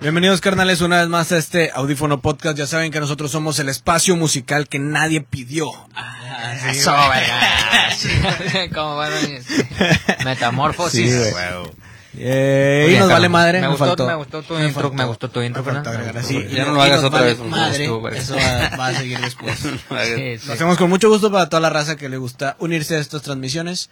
Bienvenidos carnales una vez más a este audífono podcast. Ya saben que nosotros somos el espacio musical que nadie pidió. Ah, Ah, Eso, verga. Como bueno, este, metamorfosis. Sí, güey. Wow. Eh, y Oye, nos cabrón, vale madre. me nos gustó- faltó. me gustó tu intro, faltó. me gustó tu intro, Me faltó ¿verdad? agregar así. Ya no lo Y hagas nos otra vale vez, porque Madre, estuvo, güey. eso va, va a seguir después. Sí, sí. Lo hacemos con mucho gusto para toda la raza que le gusta unirse a estas transmisiones.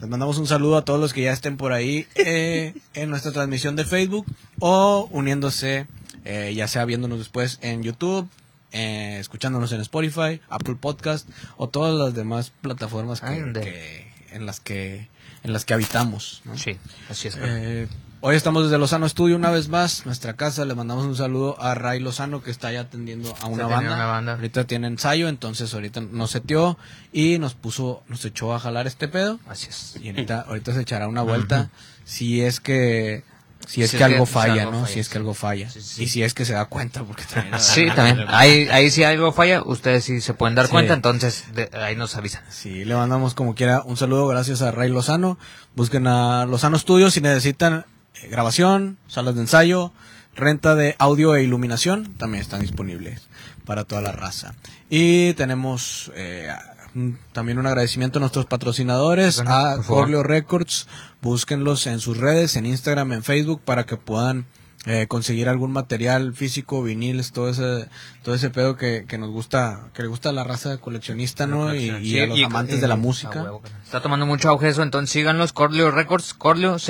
Les mandamos un saludo a todos los que ya estén por ahí eh, en nuestra transmisión de Facebook o uniéndose, eh, ya sea viéndonos después en YouTube, eh, escuchándonos en Spotify, Apple Podcast o todas las demás plataformas que, Ande. que- en las que en las que habitamos. ¿no? Sí, así es. cabrón. Eh, hoy estamos desde Lozano Studio una vez más, nuestra casa. Le mandamos un saludo a Ray Lozano que está ya atendiendo a una atendiendo banda. a una banda. Ahorita tiene ensayo, entonces ahorita nos seteó y nos puso, nos echó a jalar este pedo. Así es. Y ahorita, ahorita se echará una vuelta si es que si es Si que es que- algo si falla, algo ¿no? falla, Si es que sí. algo falla. Sí, sí, sí. Y si es que se da cuenta porque también Sí, también. Ahí, ahí si algo falla, ustedes sí se pueden dar Sí. cuenta, entonces de- ahí nos avisan. Sí, le mandamos como quiera un saludo, gracias a Ray Lozano. Busquen a Lozano Studios si necesitan eh, grabación, salas de ensayo, renta de audio e iluminación, también están disponibles para toda la raza. Y tenemos eh, un- también un agradecimiento a nuestros patrocinadores, Bueno, a por favor. Corleo Records, búsquenlos en sus redes, en Instagram, en Facebook, para que puedan eh, conseguir algún material físico, viniles, todo ese, todo ese pedo que, que nos gusta, que le gusta a la raza de coleccionista, Ah, ¿no? Y, y a los amantes de la A música. huevo, carnal. Está tomando mucho auge eso, entonces síganlos, Corleo Records, Corleo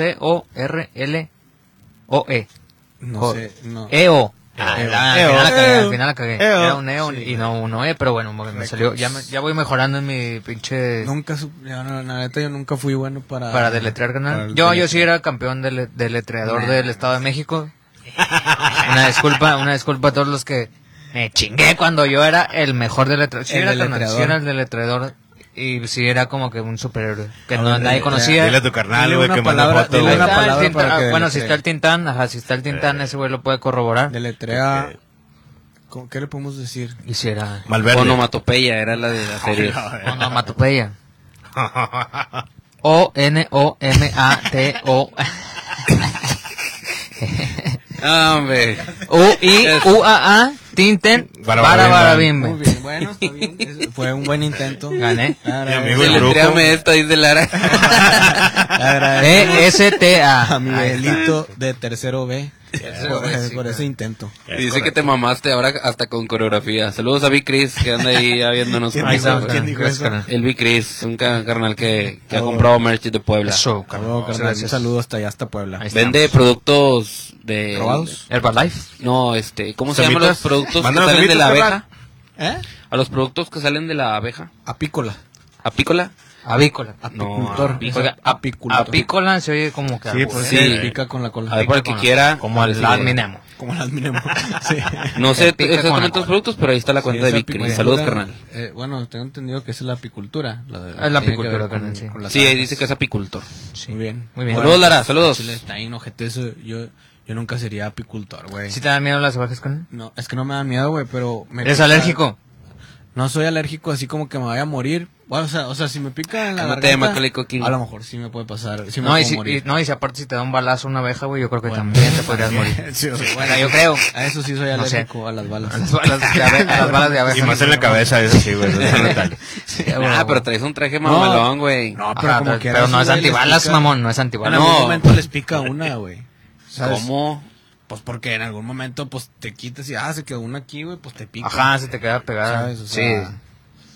C-O-R-L-O-E. No E. Jo- sé, no. EO. Ah, Al EO. final la cagué, EO. al final la cagué. EO. Era un EO Sí. y no un OE, pero bueno, me, me salió. Ya, me- ya voy mejorando en mi pinche. Nunca, su- yo, no, la neta, yo nunca fui bueno para... Para deletrear, para canal. el Yo, yo teléfono. sí era campeón de le- deletreador del Estado de México. Una disculpa, una disculpa a todos los que me chingué cuando yo era el mejor deletreador. Sí, El era, carnal, deletreador. sí era el deletreador. Y sí era como que un superhéroe que A no, ver, nadie deletrea. conocía. Dile a tu carnal, Dile güey, una que manda palabra, foto, dile güey. una Ahí está el palabra Tintán. para que Ah, bueno, si deletree. está el Tintán, ajá, si está el Tintán, ese güey lo puede corroborar. Deletrea... ¿Cómo- ¿Qué le podemos decir? Y si era Malverde. Onomatopeya era la de la serie. onomatopeya. O-N-O-M-A-T-O. Ah, hombre. U-I-U-A-A. Tinten. Barabara- Para Muy barabimbe. bien, bueno, está bien. es- Fue un buen intento. Gané. Agradezco- Mi amigo el brujo. Deletréame esta, dice Lara. Eh, E agradezco E-S-T-A. A mi delito de tercero B. Por, eh, B, sí, por ese intento. Dice que te mamaste ahora hasta con coreografía. Saludos a Big Chris, que anda ahí ya viéndonos. ¿Quién Ahí dijo- está, quién carnal. dijo Gracias, eso? carnal. El Big Chris, un ca- carnal que, que ha Oh. comprado merch de Puebla. Eso, A carnal. huevo, Muchas Oh, carnal, un gracias. saludo hasta allá, hasta Puebla. Ahí está. Vende productos de... ¿Robados? Herbalife. No, este, ¿cómo se Semitos. llaman los productos que Mándanos salen de la semitos, abeja? ¿Eh? A los productos que salen de la abeja. Apícola. ¿Apícola? Avícola. Apicultor. No, apic- Oiga, ap- apicultor. Apícola se oye como que. algo, pues ¿eh? sí. Pica con la cola. A ver, para el que Como- quiera. Como el Sí. Adminemo. Como las minemos. sí. No sé El pica con la exactamente cola. los productos, pero ahí está la cuenta Sí, esa de Big Chris. apicultura, Saludos, carnal. eh, bueno, tengo entendido que esa es la apicultura. La, Ah, tiene Es la que ver apicultura, con- carnal, sí. con las Sí, ahí abejas. dice que es apicultor. Muy bien. Muy bien. Saludos, Lara, saludos. Ah, Chile, está ahí, ojete, eso, yo, yo nunca sería apicultor, güey. ¿Sí te dan miedo las abejas con No, es que no me da miedo, güey, pero... Me ¿Eres pica- alérgico? No soy alérgico, así como que me vaya a morir. Bueno, o, sea, o sea, si me pica en la Cálmate, garganta, Macaulay Culkin. a lo mejor sí me puede pasar, sí me No, y puedo si, y- morir. no, y si aparte si te da un balazo una abeja, güey, yo creo que Bueno, Pues también te podrías morir. Sí, o sea, Bueno, yo creo. A eso sí soy No sé. alérgico, a las balas. A las balas de abe- a las balas de abeja. Y más en la cabeza, eso sí, güey. eso es brutal. Sí, güey, Ah, güey. pero traes un traje No. mamalón, güey. No, pero Ajá, como Ah, pero, quiera, pero sí, no es güey, les antibalas, pica. mamón, no es Bueno, en antibalas. No. algún momento les pica una, güey. ¿Sabes? ¿Cómo? Pues porque en algún momento, pues, te quitas y, ah, se quedó una aquí, güey, pues te pica. Ajá, se te queda pegada. ¿Sabes? O sea, sí.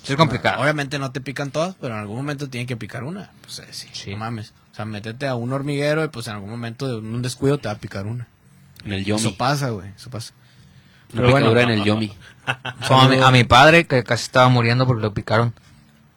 Sí, es complicado. Obviamente no te pican todas, pero en algún momento tiene que picar una. Pues eh, sí, Sí. no mames. O sea, métete a un hormiguero y pues en algún momento de un descuido te va a picar una. En el Yomi. Eso pasa, güey. Eso pasa. Una Pero bueno. picadura en el Yomi. Como a mi, a mi padre, que casi estaba muriendo porque lo picaron.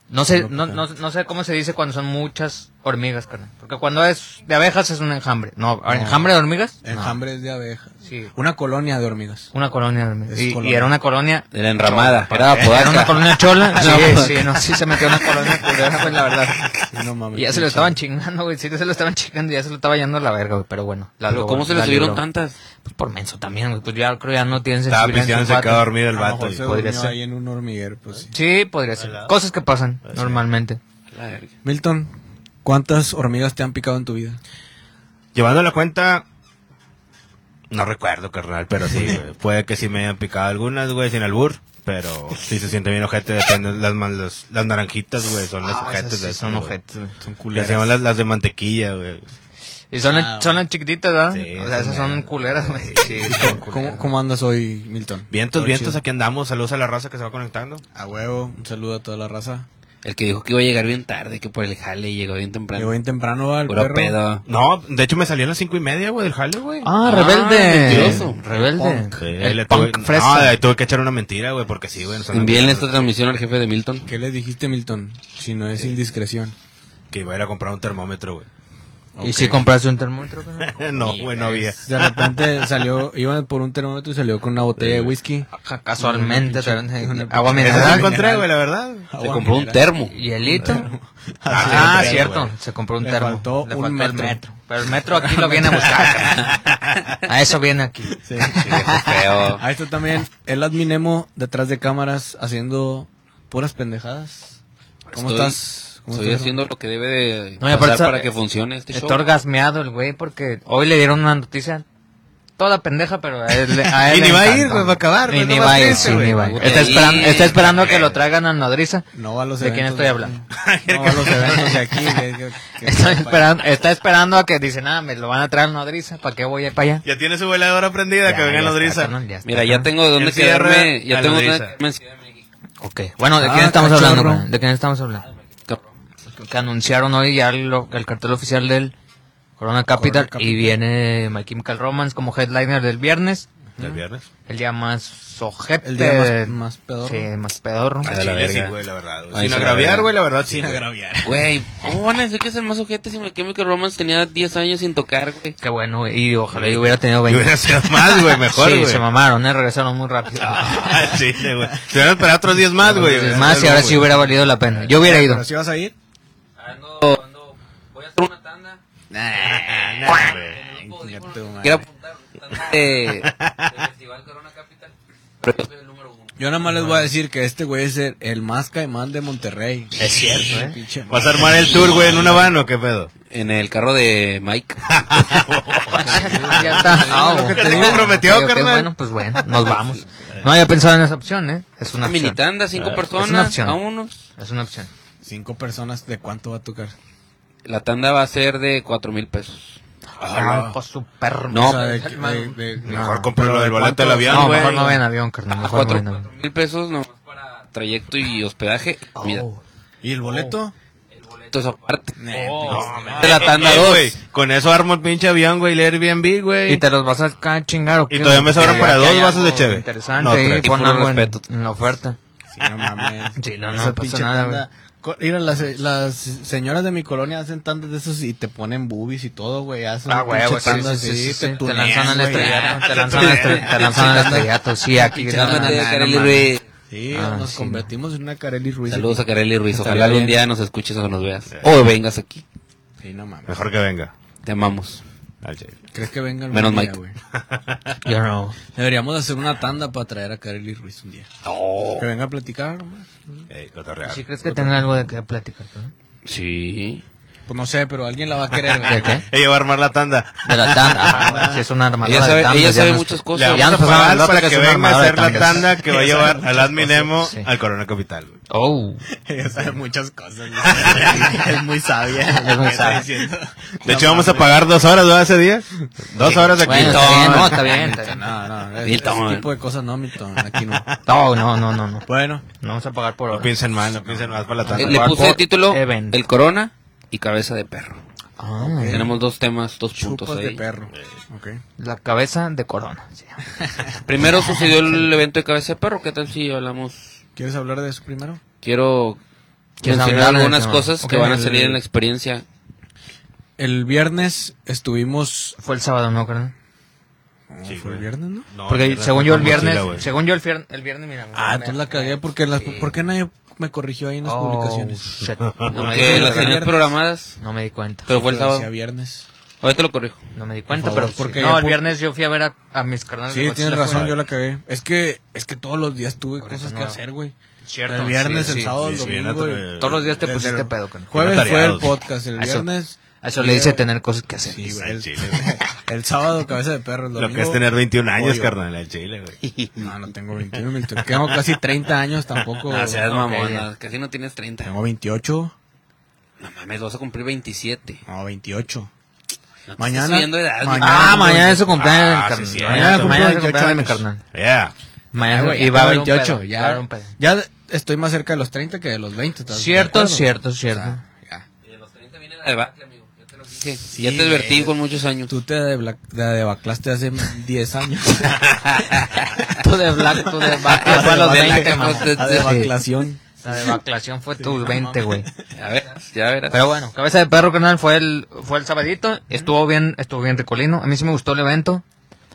No sé, no, no, no sé cómo se dice cuando son muchas hormigas, carnal. Porque cuando es de abejas es un enjambre. No, ¿enjambre de hormigas? No. Enjambres de abejas. Sí. Una colonia de hormigas. Una colonia de hormigas. Es Y, colonia. y era una colonia De la enramada. Era Era apodaca. una colonia chola. Sí, No. sí, no, sí se metió una colonia culera, güey, la verdad. Sí, no mames. Y ya se lo estaban chingando, güey. Sí, se lo estaban chingando y ya se lo estaba yendo a la verga, güey. Pero bueno. la Pero logró, ¿cómo se le la subieron libró. tantas? Pues por menso también, güey. Pues ya creo ya no tienen Estaba sensibilidad. en pisteando, su se quedó pato. dormido el A lo vato. mejor y- se podría durmió ser. ahí en un hormiguero, pues sí. Sí, podría ser. Cosas que pasan normalmente. La verga. Milton, ¿cuántas hormigas te han picado en tu vida? Llevando la cuenta, No recuerdo, carnal, pero sí, güey. Puede que sí me hayan picado algunas, güey, sin albur. Pero sí se siente bien ojete, depende. Las, man- los- las naranjitas, güey, son las Ah, ojetes. esas sí de son esas, güey. ojetes, güey. Son Les culeras. llaman las, las de mantequilla, güey. Y son, Ah, las, son las chiquititas, ¿verdad? Sí, o sea, esas son son- culeras, güey. Sí, son ¿Cómo- culeras. ¿Cómo, cómo andas hoy, Milton? Vientos, Todo vientos, chido. aquí andamos. Saludos a la raza que se va conectando. A huevo, un saludo a toda la raza. El que dijo que iba a llegar bien tarde, que por el jale llegó bien temprano. Llegó bien temprano va, el Puro perro. pedo. No, de hecho me salió a las cinco y media, güey, del jale, güey. Ah, Ah, rebelde. mentiroso. rebelde. Sí, el le tuve, Ah, punk fresa. no, le tuve que echar una mentira, güey, porque sí, güey. nos andan Envíenle mirando. esta transmisión al jefe de Milton. ¿Qué le dijiste, Milton? Si no es indiscreción. Que iba a ir a comprar un termómetro, güey. ¿Y Ok. si compraste un termómetro? carnal? no, güey, no había. De repente salió, iban por un termómetro y salió con una botella de whisky. Ca- Casualmente, Una pinche- te- una- agua Eso mineral. lo encontré, güey, la verdad. Se compró un termo. ¿Hielito? Ah, Ah, sí, cierto. güey. Se compró un Le termo. faltó Le un faltó el metro. metro. Pero el metro aquí lo viene a buscar. carnal. a eso viene aquí. Sí. Feo. A esto también, el adminemo detrás de cámaras haciendo puras pendejadas. ¿Cómo Estoy- estás? ¿Cómo Estoy estás, haciendo lo que debe de No, y pasar aparte está- para que funcione este show. Está orgasmeado el güey porque hoy le dieron una noticia toda pendeja, pero a él, le- a él Y le ni va a ir, encantó. güey, va a acabar, Ni, güey, ni no va va a ir, triste, sí, güey. ni va a ir. Puta Está ahí. esperando, está esperando que lo traigan a nodriza. No va a los ¿De quién eventos estoy de- hablando? No va a los eventos de aquí. de- de- que- Está esperando, está esperando a que dice, nada, me lo van a traer a nodriza, ¿para qué voy a ir para allá? Ya tiene su veladora prendida, que Ya, venga ya la está, nodriza. carnal, está, Mira, ya carnal. tengo dónde El cierre quedarme. Ya a tengo la dónde brisa. quedarme en Ciudad de México. Ok, bueno, ¿de Ah, quién estamos hablando? cachorro. güey? ¿De quién estamos hablando? Que anunciaron hoy ya lo- el cartel oficial del Corona Capital, Corona y viene My Chemical Romance como headliner del viernes. El viernes. El día más ojete. El día más- más pedorro. Sí, más pedorro. Al de chile la Ah, sí, verga. güey, la verdad. güey. Ahí Sin sí, la agraviar, verga. güey, la verdad, sin agraviar. Güey, ¿cómo van a decir que es el más ojete si My Chemical Romance tenía 10 años sin tocar, güey? Qué bueno, güey, y ojalá yo hubiera tenido Y 20. hubiera sido más, güey, mejor, sí, güey. se mamaron, eh, regresaron muy rápido. Ah, sí, güey. Se hubieran esperado otros 10 más, güey. Es más, y ahora sí hubiera valido la pena. Yo hubiera ido. ¿Pero si vas a ir? Ah, Voy a hacer una tanda. Nah, nah, güey. Chinga tu madre. Quiero apuntar. tanda de- del Festival Corona Capital. Pero yo soy el número uno. Yo nada más les voy a decir que este güey es el, el más caimán de Monterrey. Es cierto, eh. Pinche ¿Vas a armar el tour, güey, en una van o qué pedo? En el carro de Mike. ya está. Ah, Lo que te ok, digo, prometió, ok, ok, carnal. Bueno, pues bueno, nos vamos. No había pensado en esa opción, ¿eh? Es una Una mini opción. tanda, cinco Es una personas. opción. A unos. Es una opción. Cinco personas, ¿de cuánto va a tocar? La tanda va a ser de 4 mil pesos. Ah, pues super. No, O sea, de- calmado. de- de- Mejor No. compro lo del volante del avión, No, güey. mejor no ven avión, carnal. Mejor Cuatro no ven avión. cuatro mil pesos nomás para trayecto y hospedaje. Mira, Oh. ¿Y el boleto? esto es aparte. Oh, De la tanda Eh, 2. güey, Con eso armo el pinche avión, güey, el Airbnb, güey. Y te los vas a acá chingar o qué? Y todavía me sobran Que para haya dos algo vasos de cheve. Interesante, No, y tres. pon Y puro algo en, respeto. en la oferta. pues, Sí, no mames. Sí, no, no, Esa no pasa pinche nada, tanda. Co- Mira, las, las señoras de mi colonia hacen tantas de esos y te ponen boobies y todo, güey. Hacen Ah, un güey, pinche güey, sí, tanda sí, así, sí, sí, te sí. Te tunean, lanzan al güey. estrellato, te lanzan al estre- te lanzan al estrellato, sí, aquí. Pinche no, tanda no, Cálmate, no, no, Kareli no, Ruiz. Sí, Ah, nos sí, convertimos en una Carely Ruiz. Saludos a Kareli Ruiz. Estaría Ojalá bien. algún día nos escuches o nos veas. O vengas aquí. Sí, no mames. Mejor que venga. Te amamos. Al chile. ¿Crees que venga el Menos Mike. güey? no. Yo no. Deberíamos hacer una tanda para traer a Carely Ruiz un día. Oh. Que venga a platicar, nomás. Ey, cotorrear. ¿Sí crees que tenga algo de qué platicar? no? Sí. Pues no sé, pero alguien la va a querer, güey. ¿De qué? Ella va a armar la tanda. De la tanda. Si es una armadura Ella sabe, de tandas, ella ya sabe no es- muchas Le cosas. Ya vamos a nos habían pagar hablado para que que es una venga a armadora de hacer la tandas. tanda que va a llevar al Adminemo Sí. al Corona Capital. güey. Oh. Ella sabe muchas cosas. es muy sabia. Es muy sabia. De hecho, vamos a pagar dos horas, ¿no? Ese día. Dos horas de aquí. Bueno, está bien, no, está bien, está bien. No, no. es- Milton. Ese tipo de cosas no, Milton. Aquí no. No, no, no, no, no. Bueno, No vamos a pagar por No hora. piensen mal, no piensen mal para la Eh, tanda. Le Por- puse por el título event. El Corona y Cabeza de Perro. Ah, Tenemos dos temas, dos puntos chupas de ahí. perro. Ok. La cabeza de corona. sí. Primero sucedió el evento de Cabeza de Perro. ¿Qué tal si hablamos? ¿Quieres hablar de eso primero? Quiero ¿Quieres hablar mencionar del algunas tema? cosas que Ok, van a el- salir en la experiencia. El viernes estuvimos. Fue el sábado, ¿no, carnal? ¿Fue Sí, el güey. viernes, no? No, Porque mierda, según yo el con mochila, viernes, güey. según yo el, fier- el viernes, mira. Ah, entonces la cagué porque las, ¿por qué nadie me corrigió ahí en las Oh, publicaciones? shit. No me, di Porque las la- cuenta. tenías programadas, No me di cuenta. pero fue el Yo decía sábado. viernes. Ahorita lo corrijo. No me di cuenta, favor, pero porque porque ya no, el pu- viernes yo fui a ver a, a mis carnales. Sí, de tienes Coachella, razón, güey. yo la cagué. Es que, es que todos los días tuve Por cosas eso que no. hacer, güey. Cierto, el viernes, sí, el sí. sábado, sí, el sí, domingo. bien el- atre- Todos los días te Desde pusiste el- pedo, carnal. Jueves fue el Atareados. podcast, el Eso. viernes A eso le dice tener cosas que hacer. Sí, güey, Al el, chile, güey. el sábado, cabeza de perro. el Lo domingo, que es tener 21 años, pollo. carnal, al chile, güey. No, no tengo 21, me tengo casi 30 años tampoco. Ah, seas Ok, mamón, ya. no, casi no tienes 30. Tengo 28. No mames, vas a cumplir 27. No, 28. No te Mañana- estás subiendo de edad, mañana- Ah, mañana es su Ah, cumpleaños, sí, carnal. sí, mañana es cierto, mañana es su cumple 28 cumpleaños, mi años. carnal. Yeah. Ah, Mañana güey, y ya va a haber tengo un pedo, 28, va a ya, haber un pedo. ya estoy más cerca de los 30 que de los 20. ¿estás de Cierto, acuerdo? cierto, O cierto. sea, ya. Y de los 30 viene la debacle, amigo. Yo te lo dije. Sí, ya te advertí güey. con muchos años. Tú te debla- te debaclaste hace 10 años. Tú de black, tú de black, Ah, La fue a los de black, 20, mamá. entonces, La debaclación. La devaclación fue tus 20, güey. A ver, ya verás. Pero bueno, cabeza de perro canal fue el fue el sabadito, estuvo bien, estuvo bien ricolino. A mí sí me gustó el evento.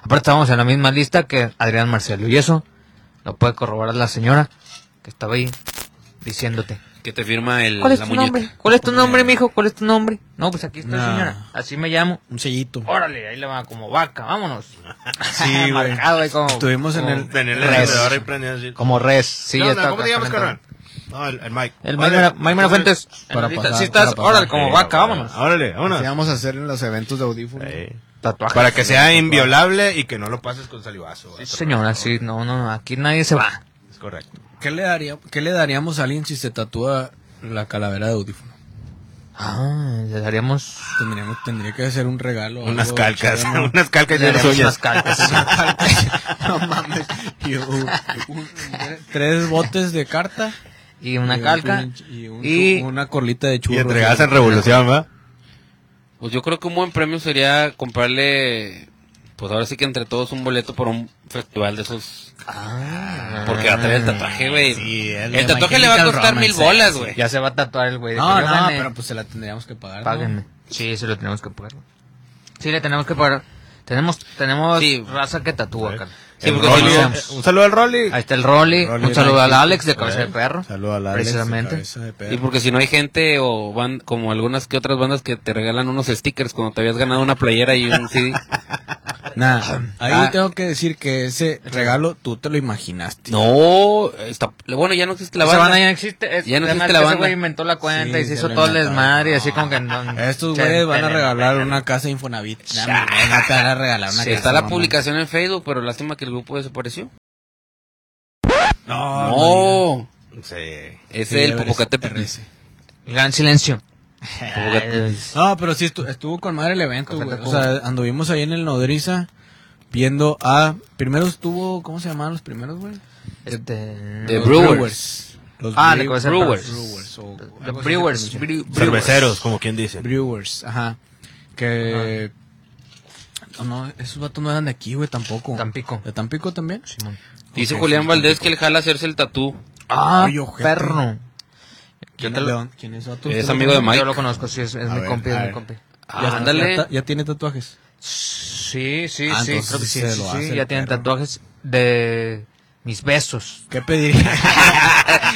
Aparte estábamos en la misma lista que Adrián Marcelo y eso lo puede corroborar la señora que estaba ahí diciéndote. que te firma el, ¿Cuál es la tu muñeca. nombre? ¿Cuál es tu nombre, mijo? ¿Cuál es tu nombre? No, pues aquí estoy, No. señora. Así me llamo. Un sellito. Órale, ahí le va como vaca, vámonos. Sí, güey. Marcado ahí como Estuvimos en como- el- Tener el Res. encendedor ahí prendido así. como res. Sí, ¿Qué ya onda? está ¿Cómo te llamas, calentando. carnal? No, el, el Mike. El Órale. Mike Mera- Mike Mera Fuentes. Para Si pasar, estás, para pasar. órale, como Sí, vaca, cabrón. vámonos. Órale, vámonos. Así vamos a hacer en los eventos de audífonos. Sí. Tatuaje. Para que sea inviolable y que no lo pases con salivazo. güey. Señora, sí, no, no, no, aquí nadie se va. Es correcto. ¿Qué le, daría, ¿Qué le daríamos a alguien si se tatúa la calavera de audífono? Ah, le daríamos Tendríamos, tendría que hacer un regalo. Oh, o Unas algo calcas, chido, ¿no? unas calcas le de daríamos unas uñas. calcas. No mames. Y un- un- tres botes de carta. y y una un- calca. Y, un- Y una corlita de Y churros. entregadas en güey. revolución, ¿va? Pues yo creo que un buen premio sería comprarle, pues ahora sí que entre todos un boleto por un festival de esos. ah. Porque va a traer el tatuaje, güey. Ah, Sí, el el de tatuaje My le va a Chemical costar Romance, mil bolas, sí. güey. ya se va a tatuar el güey. No, Que yo no, gane, pero pues se la tendríamos que pagar. ¿no? Páguenme. Sí, se lo tenemos que pagar. Sí, le tenemos que pagar. Tenemos, tenemos Sí. raza que tatúa, cara. Sí, El porque Rolly, si no- eh, Un saludo al Rolly. Ahí está el Rolly. Rolly Un saludo al Benítez. Alex de Cabeza de Perro. Saludo a la Alex de Precisamente. cabeza de perro. Y porque si no hay gente o van como algunas que otras bandas que te regalan unos stickers cuando te habías ganado una playera y un CD. Nah, ahí Ah. tengo que decir que ese regalo tú te lo imaginaste. no, está, bueno, ya no existe la Esa banda. banda ya no existe. Es, Ya no además existe que la ese banda. güey inventó la cuenta Sí, y se se hizo la todo el inventaron. desmadre y así como que... no- Estos che, güeyes van a tele- regalar una casa Infonavit. Nah, mi güey, no te van a regalar una Sí, casa, está la mamá. publicación en Facebook, pero lástima que el grupo desapareció. No, No, Sí. es Sí, el debe Popocatépetl. ser RC. Gran silencio. Popocatépetl. No, pero sí estu- estuvo con madre el evento, Café güey. O Tacuba. sea, anduvimos ahí en el Nodriza viendo a. Primero estuvo. ¿Cómo se llamaban los primeros, güey? Este... The Los Brewers. Los Ah, Bre- de cabeza de perro. Brewers. Brewers. o algo The así se Brewers. pronuncia. Brew- Cerveceros, como quien dice. Brewers, ajá. Que. No, no, esos vatos no eran de aquí, güey, tampoco. Tampico. ¿De Tampico también? Simón. Dice Ok, Julián sí, Valdés que él jala hacerse el tatú. Ah, Oye, ojete. perro. ¿Quién, te es lo- León? ¿Quién es vato? Es ¿Usted lo amigo conoce? de Mike. Yo lo conozco, sí, es, es A mi ver, compi, a es mi ver. compi. Ya- Ah, ándale. Ya, ta- ya tiene tatuajes. Sí, sí, Ah, sí, entonces creo que sí, se sí, lo sí, hace el ya tienen perro. tatuajes de mis besos. ¿Qué pediría?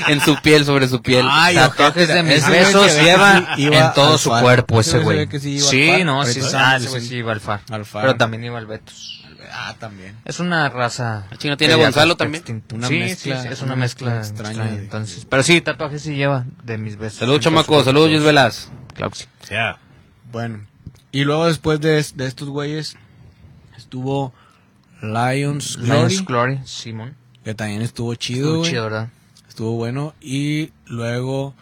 en su piel, sobre su piel. Ah, Ay, tatuajes ojete, de mis Ah, ese güey besos se ve que lleva sí iba en todo al su far. cuerpo Ese ese güey se güey. ve que sí Sí, iba al far. no, Ahorita sí, está ah, ese güey en- sí iba al far. Al far. Pero también iba al Betos. ah, también. Es una raza. Ah, chinga, ¿tiene que ya Gonzalo está también? extinta. Una sí, mezcla- sí, sí, es una una mezcla mezcla, extraña extraña. de- entonces, pero sí, tatuajes sí lleva de mis besos. Saludos, Entonces, chamaco. Saludos, Jess Velas. Claro que sí. Ya. Bueno. Y luego después de, es- de estos güeyes estuvo Lions Pues Glory, Lions Glory, Simón. que también estuvo chido, Estuvo güey. chido, ¿verdad? Estuvo bueno. Y luego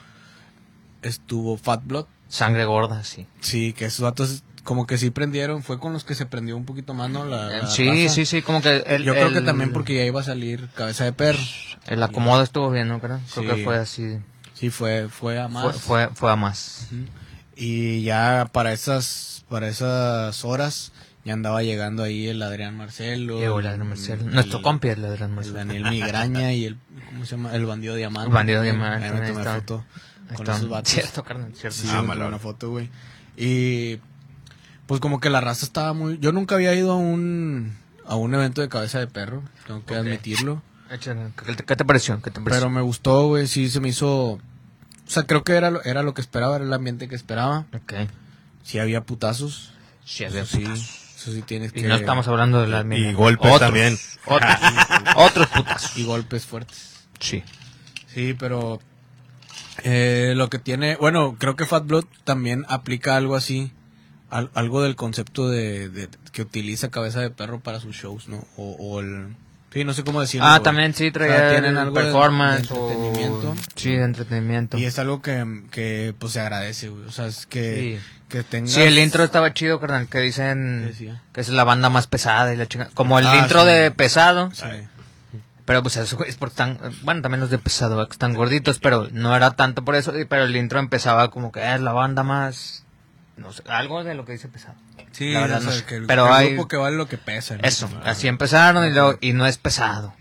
estuvo Fat Blood. Sangre gorda, sí. Sí, que esos datos como que sí prendieron. Fue con los que se prendió un poquito más, ¿no? La, la Sí, raza. sí, sí, como que el, Yo creo el- que también porque ya iba a salir Cabeza de Perro. el acomodo estuvo bien, ¿no? Creo, creo Sí. que fue así. Sí, fue, fue a más. Fue, fue, fue a más. Y ya para esas, para esas horas ya andaba llegando ahí el Adrián Marcelo. Llegó el Adrián Marcelo. Nuestro el- compi el Adrián El Marcelo. Daniel Migraña y el, ¿cómo se llama? El Bandido Diamante. El Bandido Ahí Diamante, me ahí tomé está. foto Ahí con está. esos vatos. Cierto, carnal, cierto. Sí, Ah, me tomé malo. una foto, güey. Y pues como que la raza estaba muy... Yo nunca había ido a un, a un evento de cabeza de perro, tengo que admitirlo. Échale, ¿Qué te, qué te pareció? ¿Qué te Pero pareció? me gustó, güey, sí se me hizo... O sea, creo que era lo, era lo que esperaba, era el ambiente que esperaba. ok. Sí había putazos. Sí, había eso sí, putazos. eso sí tienes Y que... no estamos hablando de la Y misma. golpes Otros, también. Otros, otros putas. Y golpes fuertes. Sí. Sí, pero Eh, lo que tiene, bueno, creo que Fat Blood también aplica algo así, al- algo del concepto de, de- que utiliza cabeza de perro para sus shows, ¿no? O, o el, sí, no sé cómo decirlo. Ah, güey. también sí, O sea, traía tienen algo de- de performance o- entretenimiento. Sí, de entretenimiento. Y es algo que, que pues se agradece, güey. O sea, es que, Sí. que tengas... Sí, el intro estaba chido, carnal, que dicen ¿Qué decía? que es la banda más pesada y la chica. Como el Ah, intro sí. de pesado, Sí. pero pues eso es porque están, bueno, también los de pesado, ¿verdad? que están gorditos, pero no era tanto por eso, y- pero el intro empezaba como que "Ah, es la banda más, no sé, algo de lo que dice pesado. Sí, La verdad o sea, no sé. que el, Pero el hay- grupo que vale lo que pesa. ¿no? Eso, así empezaron y, luego, y no es pesado.